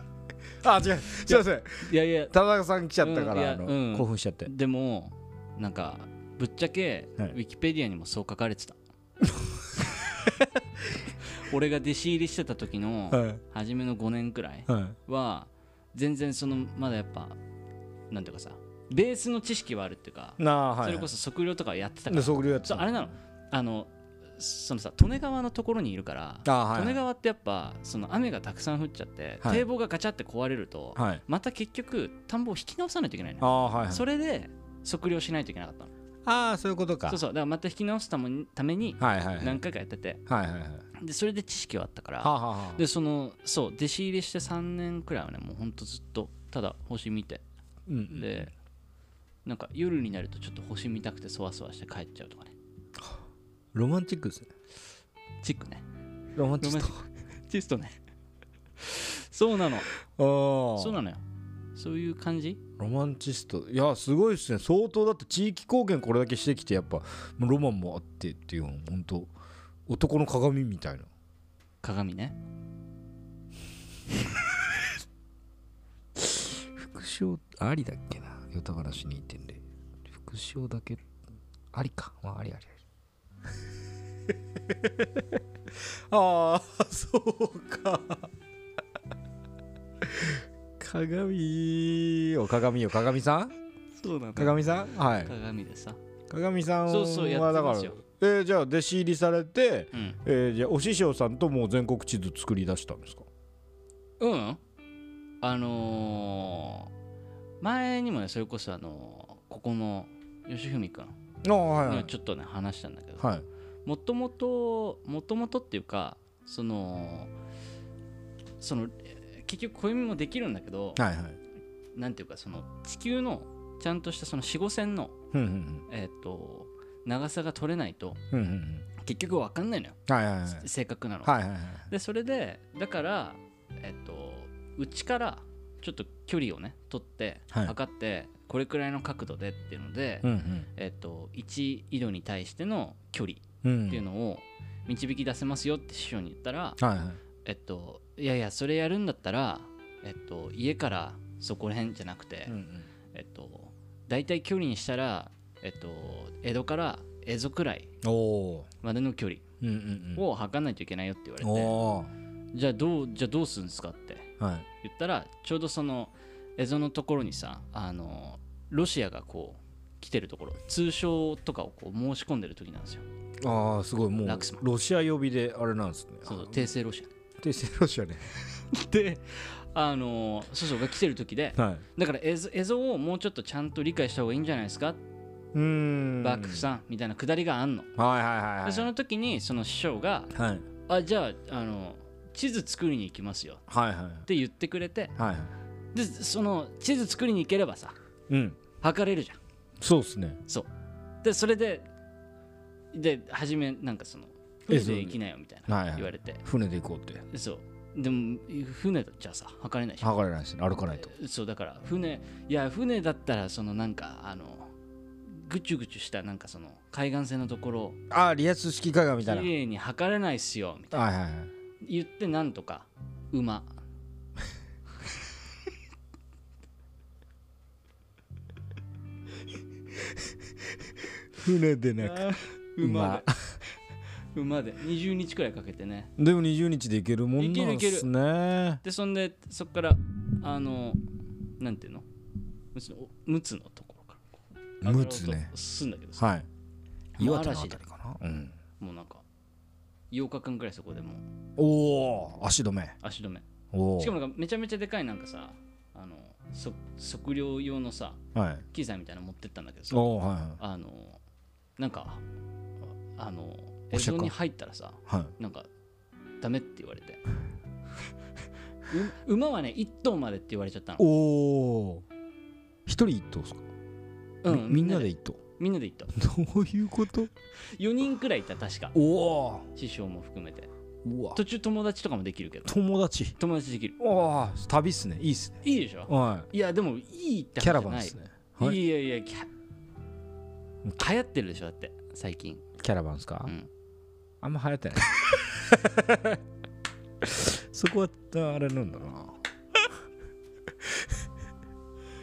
D: あ違うすいません
E: いやいや
D: 田中さん来ちゃったか
E: うんい
D: ら
E: や
D: あの
E: うん
D: 興奮しちゃって
E: でもなんかぶっちゃけ、
D: はい
E: ウィキペディアにもそう書か れてた俺が弟子入りしてた時の
D: はい
E: 初めの5年くらい
D: はい
E: は全然そのまだやっぱなんていうかさベースの知識はあるっていうか、
D: なあはい
E: それこそ測量とかやってたから
D: で測量やって
E: そう
D: た
E: あれなのあのそのさ利根川のところにいるから
D: あはいはい
E: 利根川ってやっぱその雨がたくさん降っちゃって、
D: はい
E: 堤防がガチャって壊れると、
D: はい
E: また結局田んぼを引き直さないといけないのよ
D: ああはいはい
E: それで測量しないといけなかったの
D: ああそういうことか
E: そうそうだからまた引き直すためにために
D: はいはいはいはい
E: 何回かやってて
D: はいはいは
E: でそれで知識はあったから、
D: あはあはあ
E: でそのそう弟子入りして3年くらいはねもうほんとずっとただ星見て
D: うんうん
E: でなんか夜になるとちょっと星見たくてそわそわして帰っちゃうとかね
D: ロマンチックですね
E: チックね
D: ロマンチ
E: ロ
D: ッ
E: マン
D: ク
E: チック チストね そうなの
D: ああ
E: そうなのよそういう感じ
D: ロマンチストいやすごいですね相当だって地域貢献これだけしてきてやっぱもうロマンもあってっていうの本当男の鏡みたいな
E: 鏡ね
D: 副賞ありだっけな与田原市2.0副賞だけありかまあありありああーそうか鏡を鏡よ鏡さん
E: そうなの
D: 鏡さんはい
E: 鏡でさ
D: 鏡さんは
E: そ
D: だ
E: う
D: か
E: そう
D: ら
E: やってますよ
D: えーじゃあ弟子入りされて、
E: うん
D: えーじゃあお師匠さんともう全国地図作り出したんですか
E: うんあのー前にもねそれこそあのーここの吉文君
D: ああはい
E: にはちょっとね話したんだけど
D: はい
E: もともともともとっていうかそのそのえー結局暦もできるんだけど
D: はいはい
E: なんていうかその地球のちゃんとしたその四五線の
D: ふんふん
E: えっ、と長さが取れないと
D: ふんふんふん
E: 結局わかんないのよ
D: ふんはいはいはい
E: 正確なの。
D: はいはいはい
E: でそれでだからえっとうちからちょっと距離をね取って
D: はい
E: 測ってこれくらいの角度でっていうので、
D: うんうん
E: えっと1緯度に対しての距離っ
D: うん
E: ていうのを導き出せますよって師匠に言ったら、
D: はいはい
E: えっといやいやそれやるんだったらえっと家からそこら辺じゃなくて、
D: うん
E: えっと大体距離にしたらえっと江戸から蝦夷くらい
D: うんおお
E: までの距離
D: ーうんうんうん
E: を測らないといけないよって言われて、
D: お
E: じゃあどうじゃあどうするんですかって
D: ーはい
E: 言ったらちょうどその蝦夷のところにさあのロシアがこう来てるところ通商とかをこう申し込んでる時なんですよ
D: ああすごいもう
E: ラクスマン
D: ロシア呼びであれなんですね
E: そうそう
D: あ
E: 帝政ロシ
D: 帝政ロシアね
E: アであのそうそうが来てる時で
D: はい
E: だから蝦夷蝦夷をもうちょっとちゃんと理解した方がいいんじゃないですか
D: うーん
E: 幕府さんみたいなくだりがあんの、
D: はいはいはいは
E: で
D: い
E: その時にその師匠が
D: はい
E: 「あじゃああの地図作りに行きますよ」
D: はいはい
E: って言ってくれて
D: はいはい
E: でその地図作りに行ければさ
D: うん
E: 測れるじゃん
D: そうですね
E: そうでそれでで初めなんかその「
D: え
E: 船で行きなよ」みたい
D: はい
E: な
D: はい
E: 言われて、
D: 船で行こうって
E: そうでも船じゃさ測れないでしょ
D: 剥がれないですね歩かないと
E: そうだから船いや船だったらそのなんかあのぐちゅぐちゅしたなんかその海岸線のところ
D: ああリアス式海岸み
E: 綺
D: たい
E: 麗に測れないっすよみたい
D: なはいはいはい
E: な言ってなんとか 馬
D: 船でなく
E: 馬で 馬で20日くらいかけてね
D: でも20日で行けるもんなん
E: いけるい
D: で
E: け
D: すね
E: でそんでそっからあのなんていうのむつのむつのところからこう
D: むつね
E: すんだけどさ
D: はい
E: もう
D: 岩手のあ
E: 嵐
D: た
E: で
D: りかなうん
E: もうなんか8日間くらいそこでもう
D: おお足止め
E: 足止め
D: おお
E: しかもなんかめちゃめちゃでかいなんかさあのそ測量用のさ
D: はい
E: 機材みたいなの持ってったんだけどさ
D: おおはいはい
E: あのなんかあの
D: お
E: 映
D: 釈迦
E: 像に入ったらさ
D: はい
E: なんかダメって言われてう馬はね1頭までって言われちゃったの
D: おお一人一頭ですか、
E: うん、
D: みみんなで一頭
E: みんなで行った
D: どういうこと
E: 4人くらいいた確か
D: おお
E: 師匠も含めて
D: うわ
E: 途中友達とかもできるけど
D: 友達
E: 友達できる
D: おお旅っすねいいっすね
E: いいでしょ
D: はい
E: やでもいいって
D: いキャラ
E: 話じゃ
D: バン
E: な
D: っ
E: い
D: すね
E: い、、
D: はい
E: やいやキャ流行ってるでしょだって最近
D: キャラバンっすか、
E: うん
D: あんま流行ってないそこはあれなんだな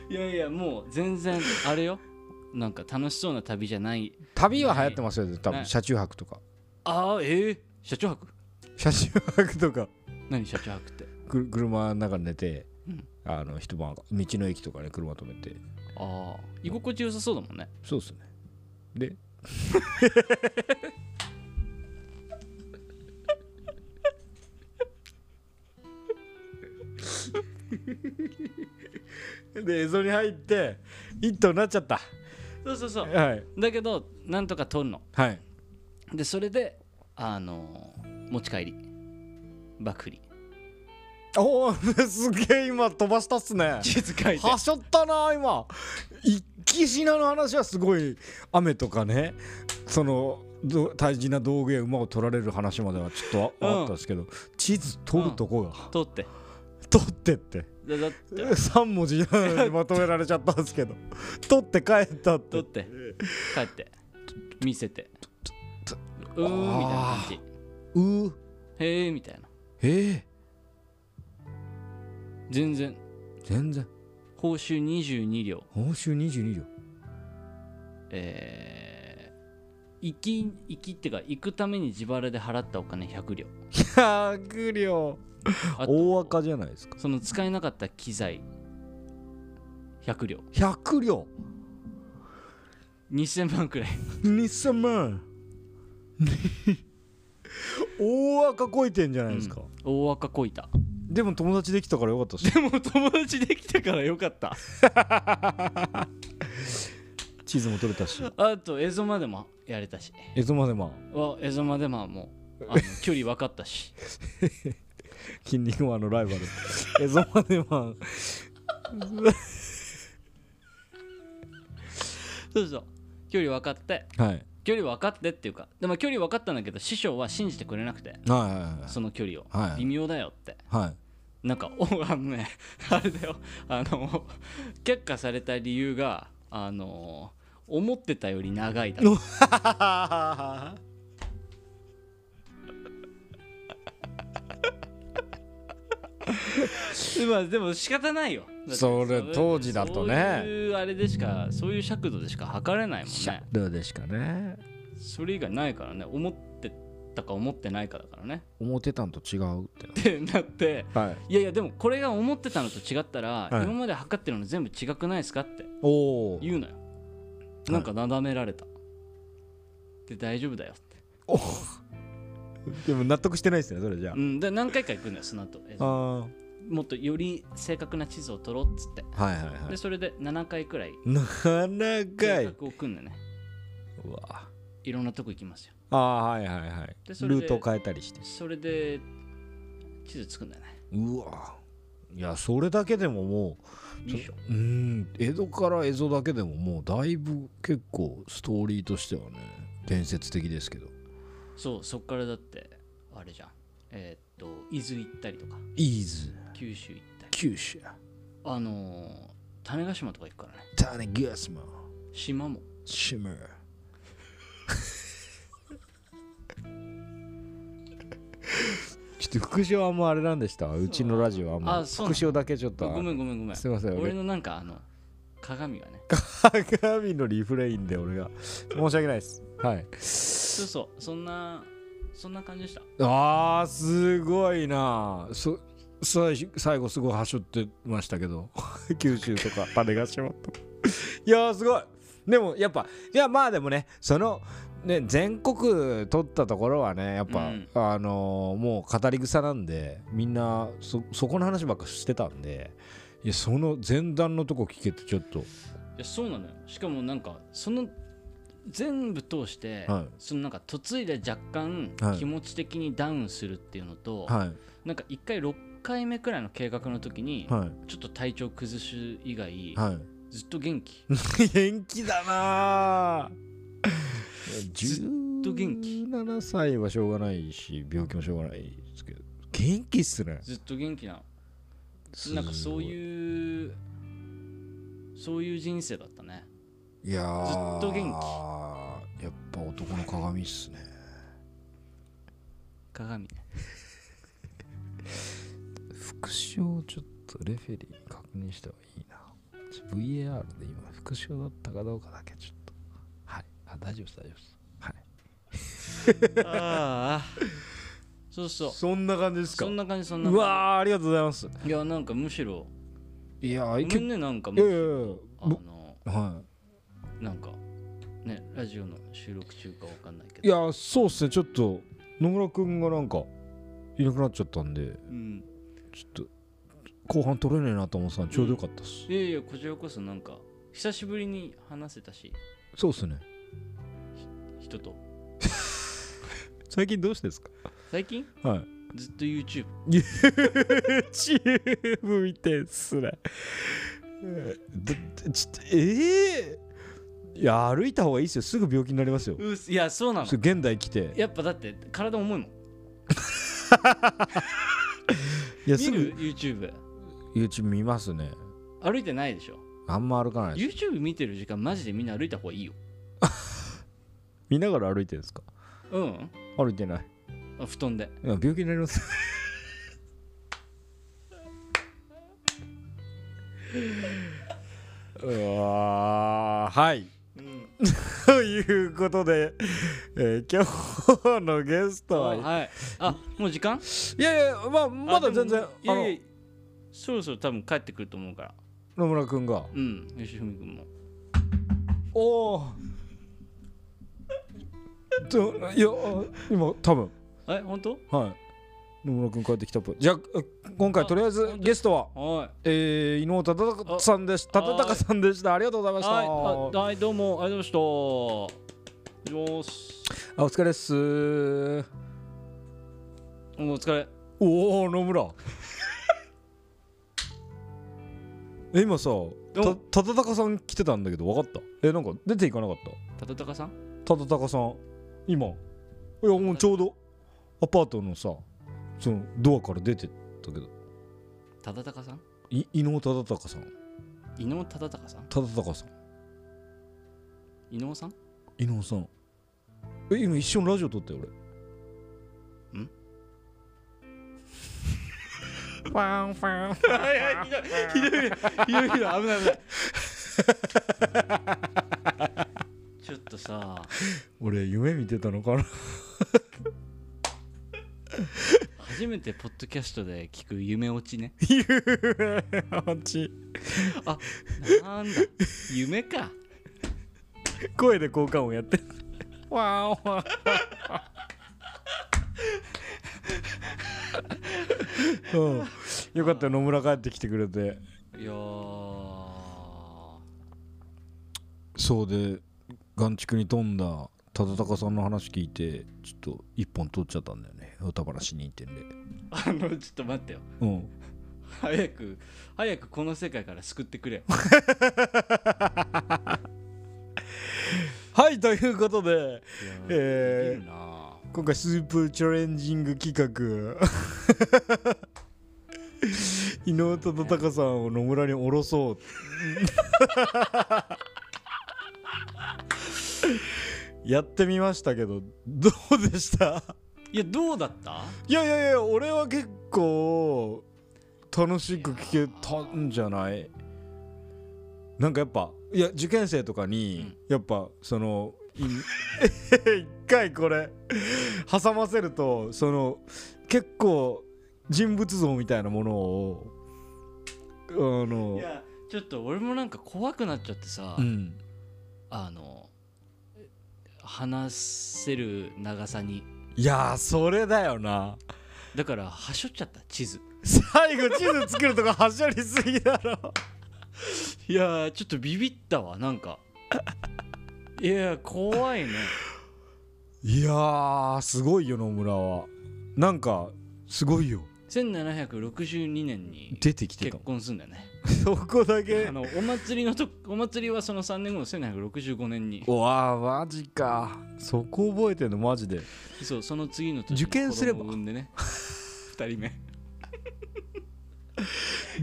D: い
E: やいやもう全然あれよなんか楽しそうな旅じゃない
D: 旅は流行ってますよね多分
E: ね
D: 車中泊とか
E: ああええ車中泊
D: 車中泊とか
E: 何車中泊って
D: く車の中に寝て、
E: うん
D: あの一晩道の駅とかね車止めて
E: ああ居心地良さそうだもんね
D: そうですねでで映像に入って一頭になっちゃった
E: そうそうそう
D: はい
E: だけどなんとか撮るの
D: はい
E: でそれであのー持ち帰り爆振り
D: おおすげえ今飛ばしたっすね
E: 地図書いて
D: はしょったな今一気品の話はすごい雨とかねそのど大事な道具や馬を取られる話まではちょっと
E: うん
D: ああったんですけど、地図取るとこが、
E: 撮って
D: 取ってって
E: だだって
D: 3文字なのにまとめられちゃったんですけど取って帰ったっ
E: 撮
D: て
E: って帰って見せてうーんみたいな感じ
D: うー
E: へえみたいな
D: ええ
E: 全然
D: 全然
E: 報酬22両
D: 報酬22両
E: えー、行き行きってか行くために自腹で払ったお金100両
D: 100両
E: あと
D: 大赤じゃないですか
E: その使えなかった機材100両
D: 100両
E: 2000万くらい
D: 2000万 大赤こいてんじゃないですか、
E: 大赤こいた
D: でも友達できたからよかったっす
E: でも友達できたからよかった
D: 地図も取れたし
E: あとエゾマでもやれたし
D: えそまでまあ
E: わエゾマでももうあの距離分かったし
D: 筋肉マンのライバル えそまでま
E: そうそう距離分かって
D: あはい
E: 距離分かってっていうかでも距離分かったんだけど師匠は信じてくれなくて
D: はいはい
E: その距離を、
D: はい
E: 微妙だよって
D: はいはい
E: なんかおあのね あれだよあの却下された理由があの思ってたより長いだろまあでも仕方ないよだって
D: それ当時だとね
E: そういうあれでしかそういう尺度でしか測れないもんね
D: どうですかね
E: それ以外ないからね思ってたか思ってないかだからね
D: 思ってたんと違うって
E: ってなって
D: はい
E: いやいやでもこれが思ってたのと違ったら、
D: はい
E: 今まで測ってるの全部違くないですかって
D: おお
E: 言うのよなんかなだめられた、で大丈夫だよって、
D: でも納得してないですねそれじゃ
E: うん、で何回か行くんだよその後え
D: ああは
E: もっとより正確な地図を取ろうっつって
D: いはいは
E: でそれで7回くらい
D: なかなか
E: 計
D: い
E: 画を組んでね
D: うわ
E: いろんなとこ行きますよ
D: ああはいはいはい
E: でそれで
D: ルートを変えたりして
E: それで地図作んだよね
D: うわいやそれだけでももう
E: いいでしょ
D: うーん江戸から蝦夷だけでももうだいぶ結構ストーリーとしてはね伝説的ですけど
E: そうそっからだってあれじゃんえーっと伊豆行ったりとか
D: イーズ
E: 九州行ったり
D: 九州
E: あのー種子島とか行くからね
D: 種ガスも
E: 島も
D: シムちょっと副賞あんまあれなんでしたうちのラジオはあんま
E: あそうなの
D: 副賞だけちょっと
E: ごめんごめんごめん
D: すいません俺
E: 俺のなんかあの鏡がね
D: 鏡のリフレインで俺が申し訳ないですはい
E: そうそうそんなそんな感じでした
D: あーすごいなそ最初最後すごいはしょってましたけど 九州とか種子島とかいやーすごいでもやっぱいやまあでもねそのね全国取ったところはねやっぱ、
E: うん
D: あのーもう語り草なんでみんなそそこの話ばっかしてたんでいやその前段のとこ聞けてちょっと
E: いやそうなのよしかもなんかその全部通して、
D: はい
E: そのなんか嫁いで若干
D: はい
E: 気持ち的にダウンするっていうのと、
D: はい
E: なんか1回6回目くらいの計画の時に、
D: は
E: ちょっと体調崩す以外、
D: いはい
E: ずっと 元気
D: 元気だな
E: ずっと元気
D: 17歳はしょうがないし病気もしょうがないですけど元気っすね
E: ずっと元気なのなんかそういうそういう人生だったね
D: いやー
E: ずっと元
D: やっぱ男の鏡っすね
E: 鏡ね
D: 副賞ちょっとレフェリーに確認した方がいいなちょ VAR で今副賞だったかどうかだけちょっとはいあ大丈夫です大丈夫ですはい
E: ああそうそう
D: そんな感じです
E: そんな感じそんな
D: う
E: 感じ
D: わーありがとうございます
E: いやなんかむしろ
D: いや
E: ご
D: ー
E: め
D: 結
E: んねなんかむ
D: 構いやい
E: し
D: やい
E: ろ
D: や
E: あの
D: ぼはい
E: なんかねラジオの収録中かわかんないけど
D: いやそうっすねちょっと野村くんがなんかいなくなっちゃったんで
E: うん
D: ちょっと後半取れねえなと思ってたのちょうどよかったっす、
E: いやいやこちらこそなんか久しぶりに話せたし
D: そうっすね
E: 人と
D: 最近どうしてですか
E: 最近
D: はい
E: ずっと YouTube
D: YouTube 見てんすねだってちょっとええいや歩いた方がいいっすよすぐ病気になりますよ
E: うっすいやそうなの
D: そう現代来て
E: やっぱだって体重いもん
D: いや
E: 見
D: すぐ
E: る YouTube
D: YouTube 見ますね
E: 歩いてないでしょ
D: あんま歩かないです
E: YouTube 見てる時間マジでみんな歩いた方がいいよ
D: 見ながら歩いてるんですか
E: うん
D: 歩いてない
E: あ布団で
D: いや病気になりますうわーはい、ということで、えー今日のゲス
E: あ
D: トは
E: はいあもう時間
D: いやいや、まあ、まだ全然あ
E: あでもいやい
D: の
E: やそろそろ多分帰ってくると思うから
D: 野村君が
E: うん吉文君も
D: おおといやあ今多分
E: え本当
D: はい野村君帰ってきたっぽいじゃあ今回とりあえずゲストは
E: はい
D: えー、伊能忠敬さんでした。
E: あ
D: 忠敬さんでした。ありがとうございました。
E: はい、あはい、どうも、ありがとうございました。よーし、
D: あお疲れっす。
E: お疲れ。
D: おお、野村。え今さ、た忠敬さん来てたんだけど、分かった。え、なんか出ていかなかった
E: たたたかさん。。
D: 忠敬さん、今。いや、もうちょうどアパートのさ、そのドアから出てったけど、
E: たたたかさん。
D: い伊能忠敬さん、
E: 伊能たたたかさん。
D: 忠敬さん、
E: 伊能さん。
D: 伊能さん。え、今一緒にラジオ撮ったよ、俺。
E: いやいや、危ない、危ない。 ちょっとさ、
D: 俺、夢見てたのかな
E: 初めてポッドキャストで聞く夢落ちね。
D: マジ
E: あ、なんだ、夢か。
D: 声で交換音やってるわーおわーうん、よかったよ野村帰ってきてくれて
E: いやー。
D: そうで眼畜に飛んだ忠敬さんの話聞いてちょっと一本取っちゃったんだよね歌話に行ってんで
E: あの、ちょっと待ってよ。
D: うん
E: 早く、早くこの世界から救ってくれ。
D: はいということで
E: いやー
D: えー
E: できるなあ
D: 今回スーパーチャレンジング企画 伊能忠敬さんを野村に下ろそう やってみましたけどどうでした
E: いやどうだった
D: いやいやいや俺は結構楽しく聞けたんじゃないなんかやっぱいや受験生とかに、やっぱそのい一回これ挟ませるとその結構人物像みたいなものをあの
E: いやちょっと俺もなんか怖くなっちゃってさ、
D: うん
E: あの話せる長さに
D: いやーそれだよな
E: だからはしょっちゃった地図
D: 最後地図作るとかはしゃりすぎだろ
E: いやーちょっとビビったわな んかいやー怖いね
D: いやーすごいよ野村はなんかすごいよ
E: 1762年に
D: 出てきて
E: 結
D: た
E: 婚すんだよね
D: そこだけ
E: あのお祭りのとお祭りはその3年後の1765年に
D: うわーマジかそこ覚えてんのマジで
E: そうその次の年に
D: 受験すれば
E: 子供を産ん でね二人目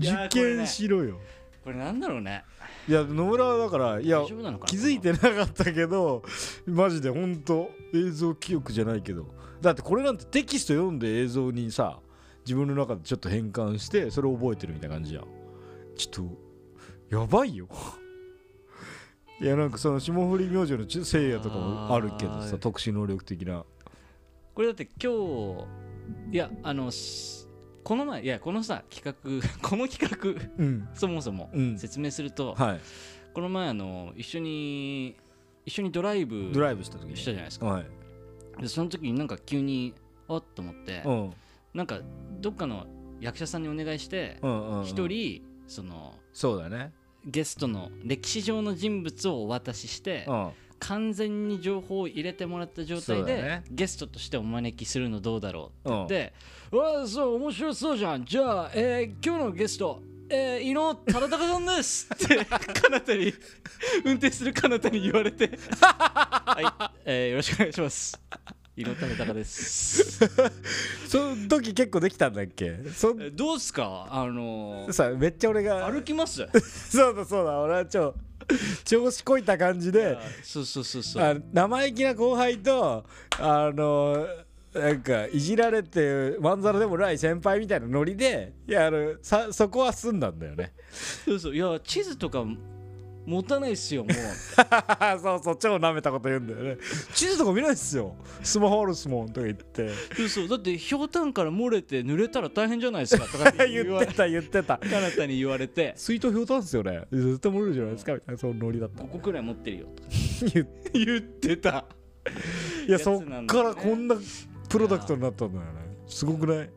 E: いやー
D: 受験しろよ
E: これなんだろうね
D: いや野村はだからいや
E: 大丈夫なのかな
D: 気づいてなかったけどマジでほんと映像記憶じゃないけどだってこれなんてテキスト読んで映像にさ自分の中でちょっと変換してそれを覚えてるみたいな感じじゃんちょっとやばいよ いやなんかその霜降り明星のち聖夜とかもあるけど
E: あ
D: さ
E: ー
D: 特殊能力的な
E: これだって今日いやあのしこの前いやこのさ企画 この企画
D: う ん
E: そもそも
D: うん
E: 説明すると、
D: はい
E: この前あの一緒に一緒にドライブ
D: ドライブした時に
E: したじゃないですか
D: はい
E: でその時になんか急にあっと思って、
D: うん
E: なんかどっかの役者さんにお願いして
D: うんうんうん
E: 一、人その
D: そうだね
E: ゲストの歴史上の人物をお渡しして、
D: うん
E: 完全に情報を入れてもらった状
D: そ
E: 態
D: うだ
E: で、
D: ね
E: ゲストとしてお招きするのどうだろう
D: うん
E: って言って、わあそう面白そうじゃんじゃあ、えー今日のゲストえー、伊野忠敬さんです って彼方に運転する彼方に言われて はい、えーよろしくお願いします伊野忠敬 です
D: その時結構できたんだっけそ
E: えーどうっすかあのー
D: さめっちゃ俺が
E: 歩きます
D: そうだそうだ俺はちょ調子こいた感じで
E: そうそうそうそう
D: あ生意気な後輩とあのなんかいじられてまんざらでもない先輩みたいなノリでいやあのさそこは済んだんだよね
E: そうそういや地図とか持たないっすよもう
D: そうそう超なめたこと言うんだよね地図とか見ないっすよスマホあるっすもんとか言って
E: そうそうだってひょうたんから漏れて濡れたら大変じゃないですかとかって 言
D: 言
E: わ
D: っ
E: れ
D: てた言ってた
E: 彼方に言われ て
D: 水筒ひょうたんっすよね絶対漏れるじゃないですかみたいなそのノリだった
E: ここくらい持ってるよとか
D: 言っ
E: 言ってた
D: いや
E: やつ
D: そっ
E: なんだ
D: か
E: よね
D: らこんなプロダクトになったんだよねすごくない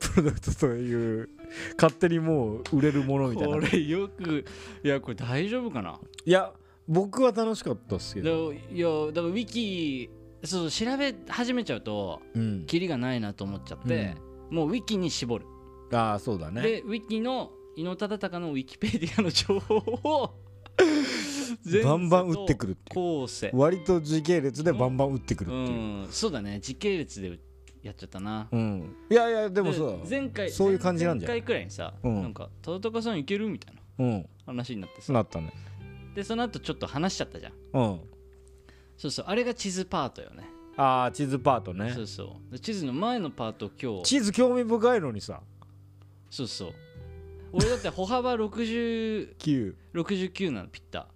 D: プロダクトという勝手にもう売れるものみたいな
E: こ
D: い
E: れよくいやこれ大丈夫かな
D: や僕は楽しかったっすけ
E: で
D: ど
E: いやだからウィキそうそう調べ始めちゃうと
D: うん
E: キリがないなと思っちゃって、もうウィキに絞る、
D: ああそうだね
E: でウィキの伊能忠敬のウィキペディアの情報を
D: バンバン打ってくるっていう
E: 後世
D: 割と時系列でバンバン打ってくるっ
E: う
D: ていう、
E: んそうだね時系列でやっちゃったな
D: うんいやいやでもそうだ
E: 前回
D: そういう感じなんじゃな
E: 前
D: い
E: 回くらいにさ、
D: うん
E: なんか「忠敬さんいける?」みたいな
D: うん
E: 話になってさ
D: なったね
E: でその後ちょっと話しちゃったじゃん
D: うん
E: そうそうあれが地図パートよね
D: ああ地図パートね
E: そうそうで地図の前のパートを今日
D: 地図興味深いのにさ
E: そうそう俺だって歩幅60
D: 9
E: 69なのピッタ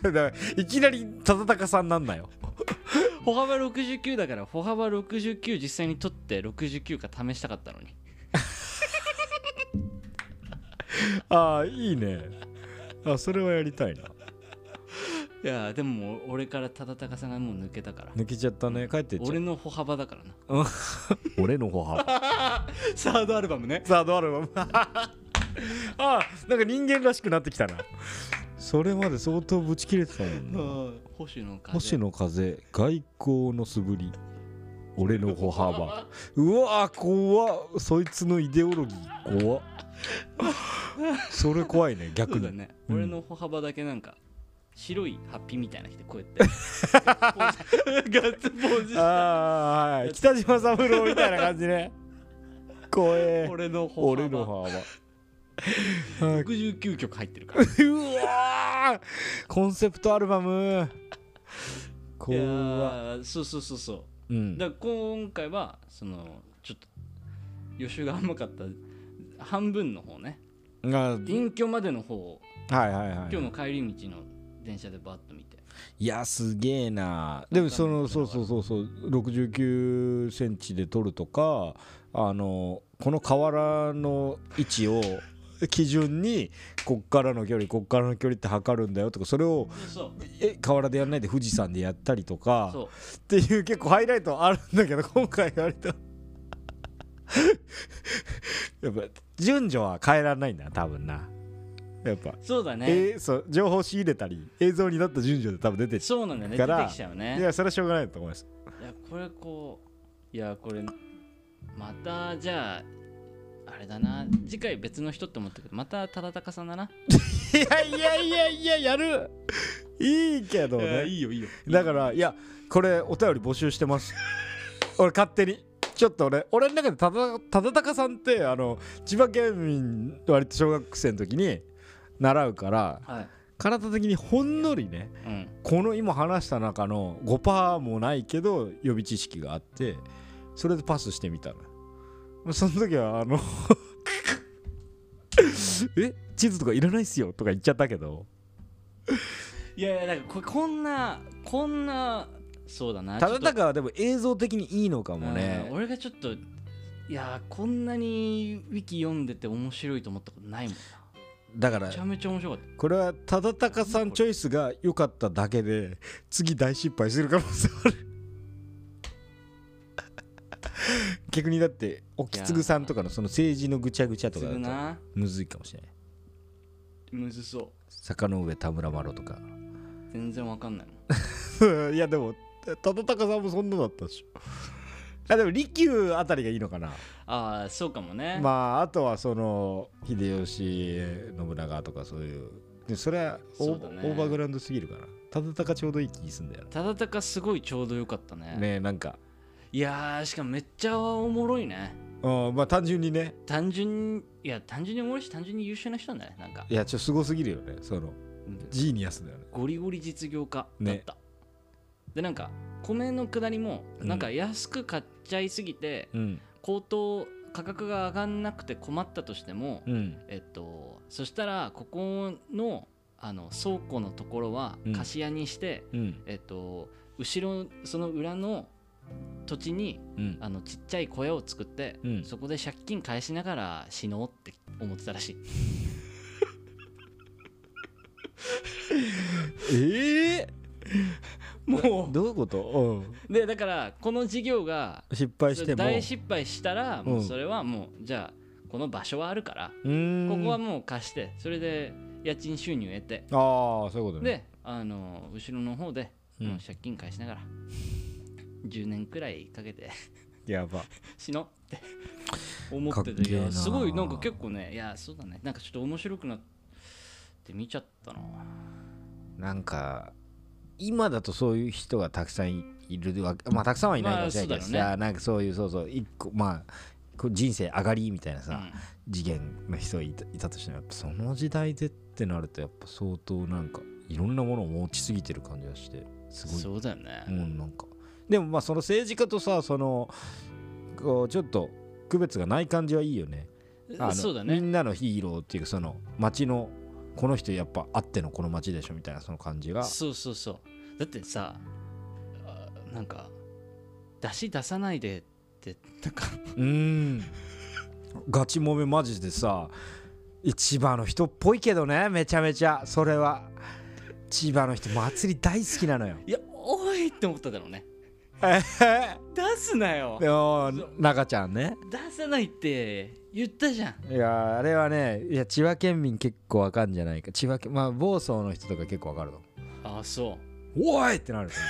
D: だからいきなり忠敬さんなん だよ
E: 歩幅69だから歩幅69実際に取って69か試したかったのに
D: ああいいねあそれはやりたいない
E: やーでももう俺から忠敬さんがもう抜けたから
D: 抜けちゃったね帰ってっちゃう
E: 俺の歩幅だからな
D: 俺の歩幅
E: サードアルバムね
D: さあどうあるわ あなんか人間らしくなってきたなそれまで相当ぶち切れてたもんな
E: 保守の風
D: 星の風外交の素振り俺の歩 幅うわー怖っそいつのイデオロギー怖っそれ怖いね
E: そ
D: 逆
E: う
D: に
E: だね、
D: うん
E: 俺の歩幅だけなんか白いハッピーみたいな人こうや ってポーズガッツポーズした
D: ああはい北島三郎みたいな感じね怖え
E: 俺の歩
D: 俺の
E: 幅
D: 幅
E: 69曲入ってるから
D: うわーコンセプトアルバム
E: いや
D: 怖
E: ーそうそうそうそ
D: う
E: う
D: ん
E: だから今回はそのちょっと予習が甘かった半分の方ね
D: あはい
E: 臨居までの方を
D: はいは
E: 今日
D: い
E: の帰り道の電車でバッと見て
D: いやすげえなでもそのそうそうそうそう6 9センチで撮るとかあのこの瓦の位置 を基準にこっからの距離こっからの距離って測るんだよとかそれを
E: そう
D: え河原でやらないで富士山でやったりとか
E: そう
D: っていう結構ハイライトあるんだけど今回割とやっぱ順序は変えられないんだな多分なやっぱ、
E: そうだね
D: えーそう情報仕入れたり映像になった順序で多分出てる
E: そうなんだよね
D: か
E: 出
D: ら
E: てきちゃうね
D: いやそれはしょうがないと思います
E: いやこれこういやこれまたじゃああれだな次回別の人って思ったけどまた忠敬さんだな、
D: いやいやいやいややるいいけどね、
E: いよいいよ
D: だからいやこれお便り募集してます 俺勝手にちょっと俺俺の中でただただたかさんってあの千葉県民割と小学生の時に習うから
E: はい、
D: 体的にほんのりね
E: うん、
D: この今話した中の5%もないけど予備知識があってそれでパスしてみたのその時はあの え地図とかいらないっすよとか言っちゃったけど
E: いやいやだからここんなこんなそうだな
D: ただ
E: ちょ
D: た
E: っ
D: かはでも映像的にいいのか
E: と
D: も
E: う
D: ね
E: ん俺がちょっといやこんなにウィキ読んでて面白いと思ったことないもんな
D: だから
E: めちゃめちゃ面白かった
D: これはただたかさんチョイスが良かっただけで次大失敗する可能性ある 逆にだっておきつぐさんとかのその政治のぐちゃぐちゃと
E: す
D: かだ
E: ぐ
D: と
E: な
D: むずいかもしれない
E: むずそう
D: 坂の上田村麻呂とか
E: 全然わかんないも ん
D: いやでもただたかさんもそんなだったでしょ あでも利休あたりがいいのかな
E: ああそうかもね、
D: まああとはその秀吉信長とかそういうでそれはオ
E: そう
D: ー,、
E: だね
D: オーバーグラウンドすぎるからただたかちょうどいい気すんだよ
E: ただたかすごいちょうどよかったね
D: なねえなんか
E: いやーしかもめっちゃおもろいね
D: うんまあ単純にね
E: 単純にいや単純におもろいし単純に優秀な人なんだねなんか
D: いやちょっとすごすぎるよねそのジーニアスだよね
E: ゴリゴリ実業家だった、でなんか米の下りも
D: うん
E: なんか安く買っちゃいすぎて、
D: うん
E: 高騰価格が上がんなくて困ったとしても、
D: うん
E: えっとそしたらここのあの倉庫のところは
D: うん
E: 貸し屋にして、
D: うん
E: えっと後ろその裏の土地に
D: うん
E: あのちっちゃい小屋を作って、
D: うん
E: そこで借金返しながら死のうって思ってたらしい
D: ええ
E: も
D: どういうこと、うん、
E: うでだからこの事業が
D: 失敗しても
E: 大失敗したらもううんそれはもうじゃあこの場所はあるから、
D: うーん
E: ここはもう貸してそれで家賃収入得て
D: ああそういうことね
E: であの後ろの方で
D: うん
E: もう借金返しながら、10年くらいかけて
D: やば
E: 死のうって思って
D: かっけ
E: てい
D: えな
E: やすごいなんか結構ねいやそうだねなんかちょっと面白くなって見ちゃったな
D: なんか今だとそういう人がたくさんいいるわけまあたくさんはいないかもしれないけどさ、
E: まあそうだろ
D: なんかそういうそうそう一個まあこう人生上がりみたいなさ、
E: うん
D: 次元の人がいたいたとしてもやっぱその時代でってなるとやっぱ相当なんかいろんなものを持ちすぎてる感じがしてすごい
E: そうだよね、
D: うん、なんかでもまあその政治家とさそのこうちょっと区別がない感じはいいよねあの
E: そうだ
D: み
E: ね
D: んなのヒーローっていうかその町のこの人やっぱあってのこの町でしょみたいなその感じが
E: そうそうそうだってさあなんか出し出さないでってなんか
D: うーんガチもめマジでさ千葉の人っぽいけどねめちゃめちゃそれは千葉の人祭り大好きなのよ
E: いやおいって思っただろうね出すなよ
D: でも中ちゃんね
E: 出さないって言ったじゃん
D: いやーあれはねいや千葉県民結構わかんじゃないか千葉県まあ房総の人とか結構わかるの
E: ああそ
D: おいってなると思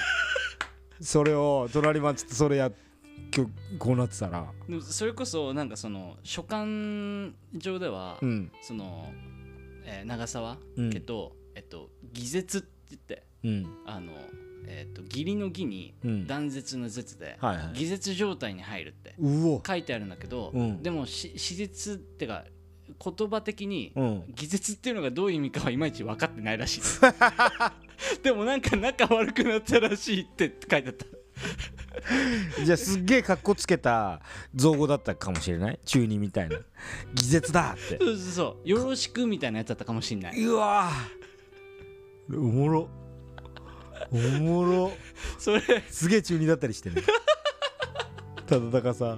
D: う それを隣町とそれやきょこうなってたら
E: うでもそれこそなんかその書簡上では、
D: うん
E: その、えー長沢
D: うん
E: 家と、えっと、偽絶言って
D: うん
E: あの、えー、と義理の義に
D: うん
E: 断絶の絶で、
D: はいはい
E: 偽絶状態に入るって
D: うお
E: 書いてあるんだけど、
D: うん
E: でもし史実ってか言葉的に
D: うん
E: 偽絶っていうのがどういう意味かはいまいち分かってないらしいです でもなんか仲悪くなったらしいって書いてあった
D: じゃあすっげえかっこつけた造語だったかもしれない中二みたいな偽絶だって
E: そうそうそうよろしくみたいなやつだったかもしんないう
D: わーおもろおもろ
E: それ
D: すげえ中二だったりしてねただたかさん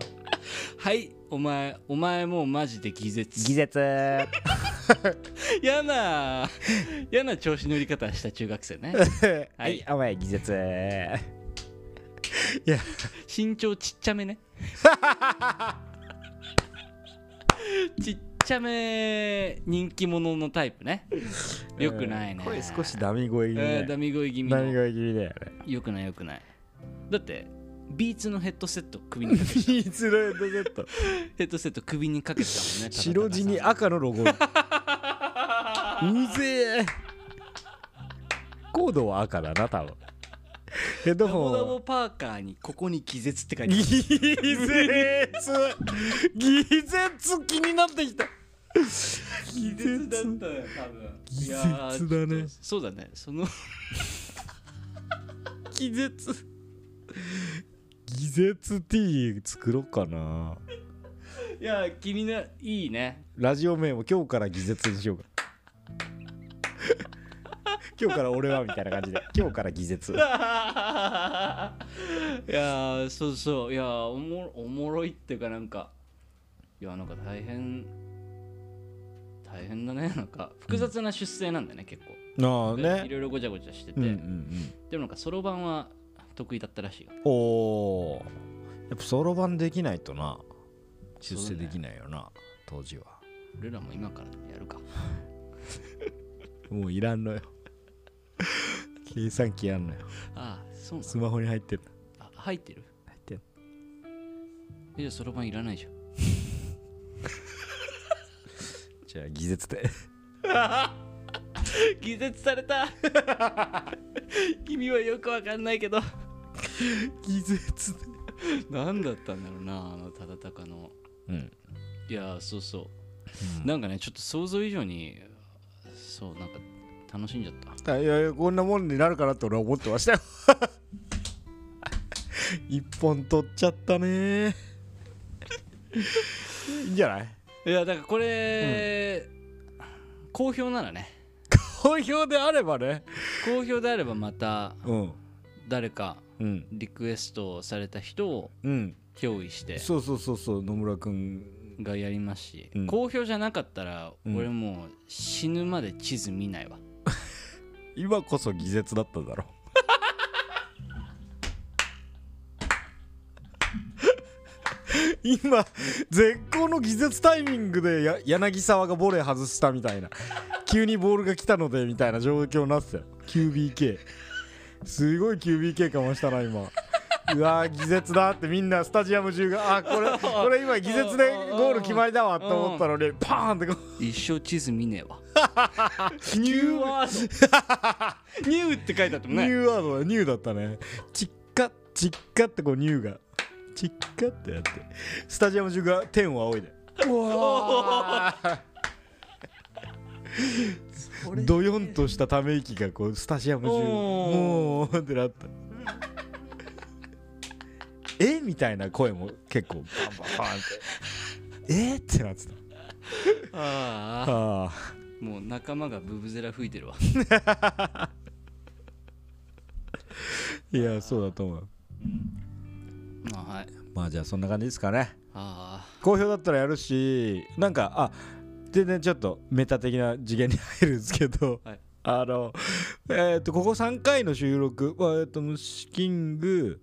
E: はいお前お前もうマジで偽絶
D: 絶
E: 嫌な嫌な調子乗り方した中学生 ねはい
D: お前偽絶
E: 身長ちっち ゃめねちっちゃめ人気者のタイプねよくないね、
D: 声少しダミ声気味
E: え
D: ね
E: ーダミ声気味
D: ダミ
E: の
D: 声気味だよね
E: よくないよくないだってビーツのヘッドセット首に かけて
D: ピーツのヘッドセット
E: ヘッドセット首にかけてたもんね
D: 白地に赤のロゴうぜえコードは赤だな多分ヘッド
E: ダ
D: ホ
E: ボ
D: ンは
E: ダボパーカーにここに気絶って書いてあ
D: ギ
E: る
D: ゼツギゼツ気になってきたギゼ
E: だった
D: ツ
E: よ多分
D: 気
E: い
D: 絶
E: や
D: だね
E: ーちょっとそうだねその
D: ギゼツギゼツ T 作ろうかない
E: やー気にないいね
D: ラジオ名も今日からギゼツにしようか今日から俺はみたいな感じで今日からギゼツ
E: いやーそうそういやーおもおもろいっていうかなんかいやなんか大変大変だねなんか複雑な出生なんだよね、結構
D: ああ
E: い
D: ね
E: ろいろごちゃごちゃしてて、
D: うんうんうん
E: でもなんかそろばんは得意だったらしいよ
D: おおやっぱそろばんできないとな出世できないよな、当時は
E: 俺らも今からでもやるか
D: もういらんのよ計算機やんのよ
E: ああそうな
D: ス
E: の
D: マホに入ってる
E: あ入ってる
D: 入ってる
E: えじゃあそろばんいらないじゃん
D: じゃあ技術で
E: 気絶された 君はよくわかんないけど
D: 技術で
E: 何だったんだろうなあのただたかの
D: うん
E: いやーそうそう、なんかねちょっと想像以上にそうなんか楽しんじゃった
D: あいやいやこんなもんになるかなって俺は思ってましたよ 一本取っちゃったねいいんじゃない
E: いやだからこれ、好評ならね
D: 好評であればね
E: 好評であればまた
D: うん
E: 誰か
D: うん
E: リクエストされた人を
D: うん
E: 憑依して
D: そうそうそうそう野村くん
E: がやりますし、
D: うん
E: 好評じゃなかったら
D: うん
E: 俺もう死ぬまで地図見ないわ、
D: 今こそ技術だっただろ今絶好の技術タイミングでや柳沢がボレー外したみたいな急にボールが来たのでみたいな状況になってたよ QBK すごい QBK かましたな今うわー技術だってみんなスタジアム中があこれこれ今技術でゴール決まりだわと思ったのにパーンってこう
E: 一生地図見ねえわ
D: ニュー
E: ワード ニューって書いてあったもん
D: ニュ
E: ね
D: ーワードだニューだったねチッカチッカってこうニューがチッカってやってスタジアム中が天を仰いでうわードヨンとしたため息がこうスタジアム中
E: お
D: も
E: ー
D: うってなったえみたいな声も結構バンバンバンってえってなってたあ
E: ああ
D: あ
E: もう仲間がブブゼラ吹いてるわ
D: いやそうだと思う
E: まあはい
D: まあじゃあそんな感じですかね
E: あ
D: 好評だったらやるしなんかあ全然ちょっとメタ的な次元に入るんですけど、
E: はい
D: あのえっ、とここ3回の収録は、えっと虫キング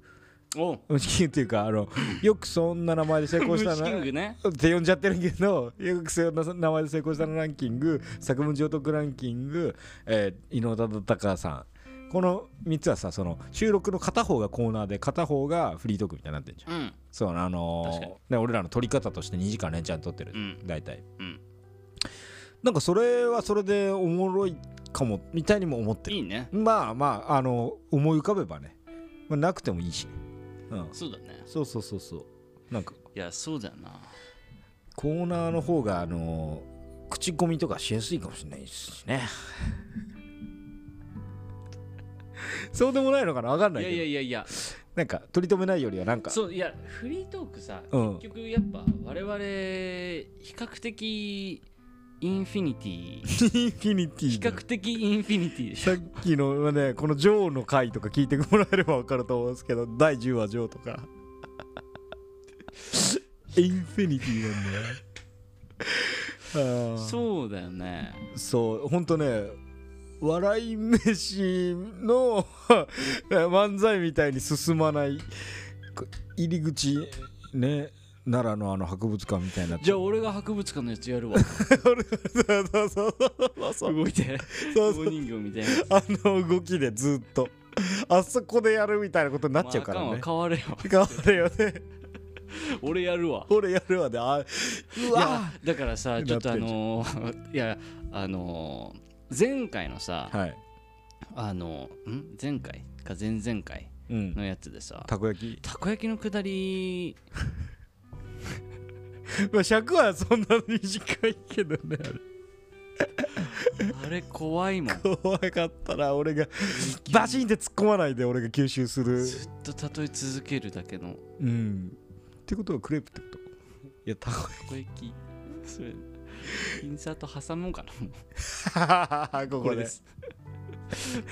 E: あおう
D: 虫キングっていうかあのよくそんな名前で成功した
E: 虫キン
D: な
E: グね
D: って呼んじゃってるけどよくそんな名前で成功したのランキング作文上得ランキング、えー、井上忠敬さんこの3つはさその収録の片方がコーナーで片方がフリートークみたいになってんじゃん
E: うん
D: そうなあ
E: 確かに
D: のーね、俺らの撮り方として2時間連チャン撮ってる、
E: うん
D: 大体
E: うん
D: なんかそれはそれでおもろいかもみたいにも思って
E: い
D: る
E: いね
D: まあまああの思い浮かべばね、まあ、なくてもいいし、うん、
E: そうだね
D: そうそうそうそうなんか
E: いやそうだよな
D: コーナーの方があの口コミとかしやすいかもしれないし ねそうでもないのかな分かんない
E: い
D: けど
E: やいやいやいや
D: なんか取り留めないよりはなん か
E: そういやフリートークさ、
D: うん
E: 結局やっぱ我々比較的インフィニティ 比
D: インフィニティ
E: 較的インフィニティでし
D: さ
E: ょ
D: っきのねこの「ジョー」の回とか聞いてもらえれば分かると思うんですけど第10話「ジョー」とかインフィニティなんだよあー
E: そうだよね
D: そうほんとね笑い飯の漫才みたいに進まないこ入り口ね奈良のあの博物館みたいになって
E: じゃあ俺が博物館のやつや るわ
D: そうそうそうそう
E: 動いて
D: そう
E: 棒人形みたいなやつ
D: あの動きでずっとあそこでやるみたいなことになっちゃうから
E: まああ
D: ね
E: かんわ変われよ
D: 変わるよね
E: 俺やるわ
D: 俺やるわであう
E: いや
D: わ
E: だからさちょっと
D: なっ
E: あ
D: てんじゃ
E: のー いやあのー前回のさ、
D: はい
E: あのん前回か前々回
D: うん
E: のやつでさ
D: たこ焼き
E: たこ焼きのくだり
D: まあ尺はそんな短いけどね
E: あれ怖いもん
D: あれ怖かったな俺がバシンって突っ込まないで俺が吸収する
E: ずっと例え続けるだけの
D: うんってことはクレープってこといやたこ
E: たこ焼きそれインサート挟もうかなもう
D: 焼き ここです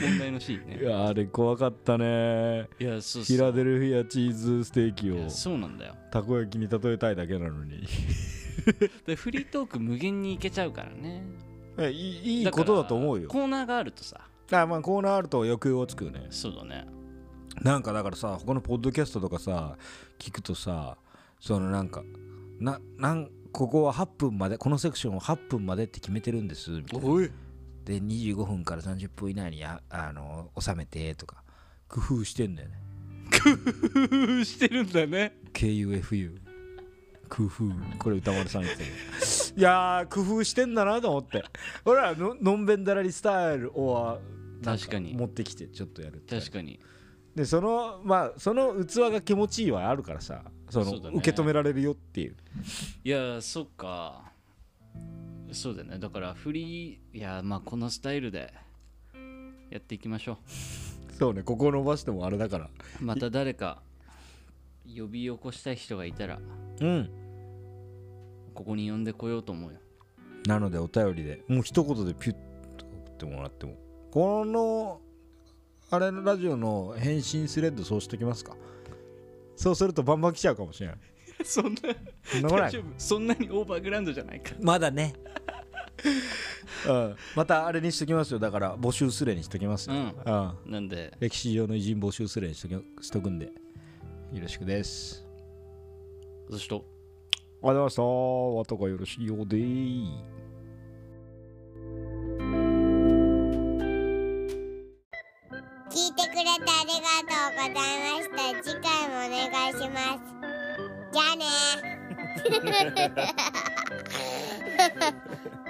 E: 問題のシーン
D: い
E: ね
D: やあれ怖かったね
E: いやそう
D: フィ
E: そう
D: ラデルフィアチーズステーキ
E: い
D: を
E: やそうなんだよ
D: たこ焼きに例えたいだけなのに
E: でフリートーク無限にいけちゃうからね
D: えいいいいことだと思うよ
E: コーナーがあるとさ
D: あまあコーナーあると欲をつくよね
E: そうだね
D: なんかだからさ他のポッドキャストとかさ聞くとさそのなんかななんここは8分までこのセクションを8分までって決めてるんですみたいな
E: おい
D: で25分から30分以内にやあの収めてとか工夫してんだよね
E: 工夫してるんだね
D: KUFU 工夫これ歌丸さん言ってるいやー工夫してんだなと思って俺らののんべんだらりスタイルを
E: 確かに
D: 持ってきてちょっとやるって
E: 確かに
D: でそのまあその器が気持ちいいはあるからさその
E: そうだね
D: 受け止められるよっていう
E: いやそっかそうだよねだからフリーいやまあこのスタイルでやっていきましょ
D: そうねここ伸ばしてもあれだから
E: うまた誰か呼び起こしたい人がいたら
D: うん
E: ここに呼んでこようと思うよ
D: なのでお便りでもう一言でピュッと送ってもらってもこのあれのラジオの返信スレッドそうしときますかそうするとバンバン来ちゃうかもしれない
E: そんな
D: そんなこと ない
E: そんなにオーバーグラウンドじゃないか
D: まだね うん、またあれにしときますよだから募集スレにしときますよ、
E: うん
D: うん、
E: なんで
D: 歴史上の偉人募集スレにしときしとくんでよろしくです
E: そして
D: ありがとうございました。わたがよろしいようでー。
B: 聞いてくれてありがとうございました次回もお願いしますじゃあね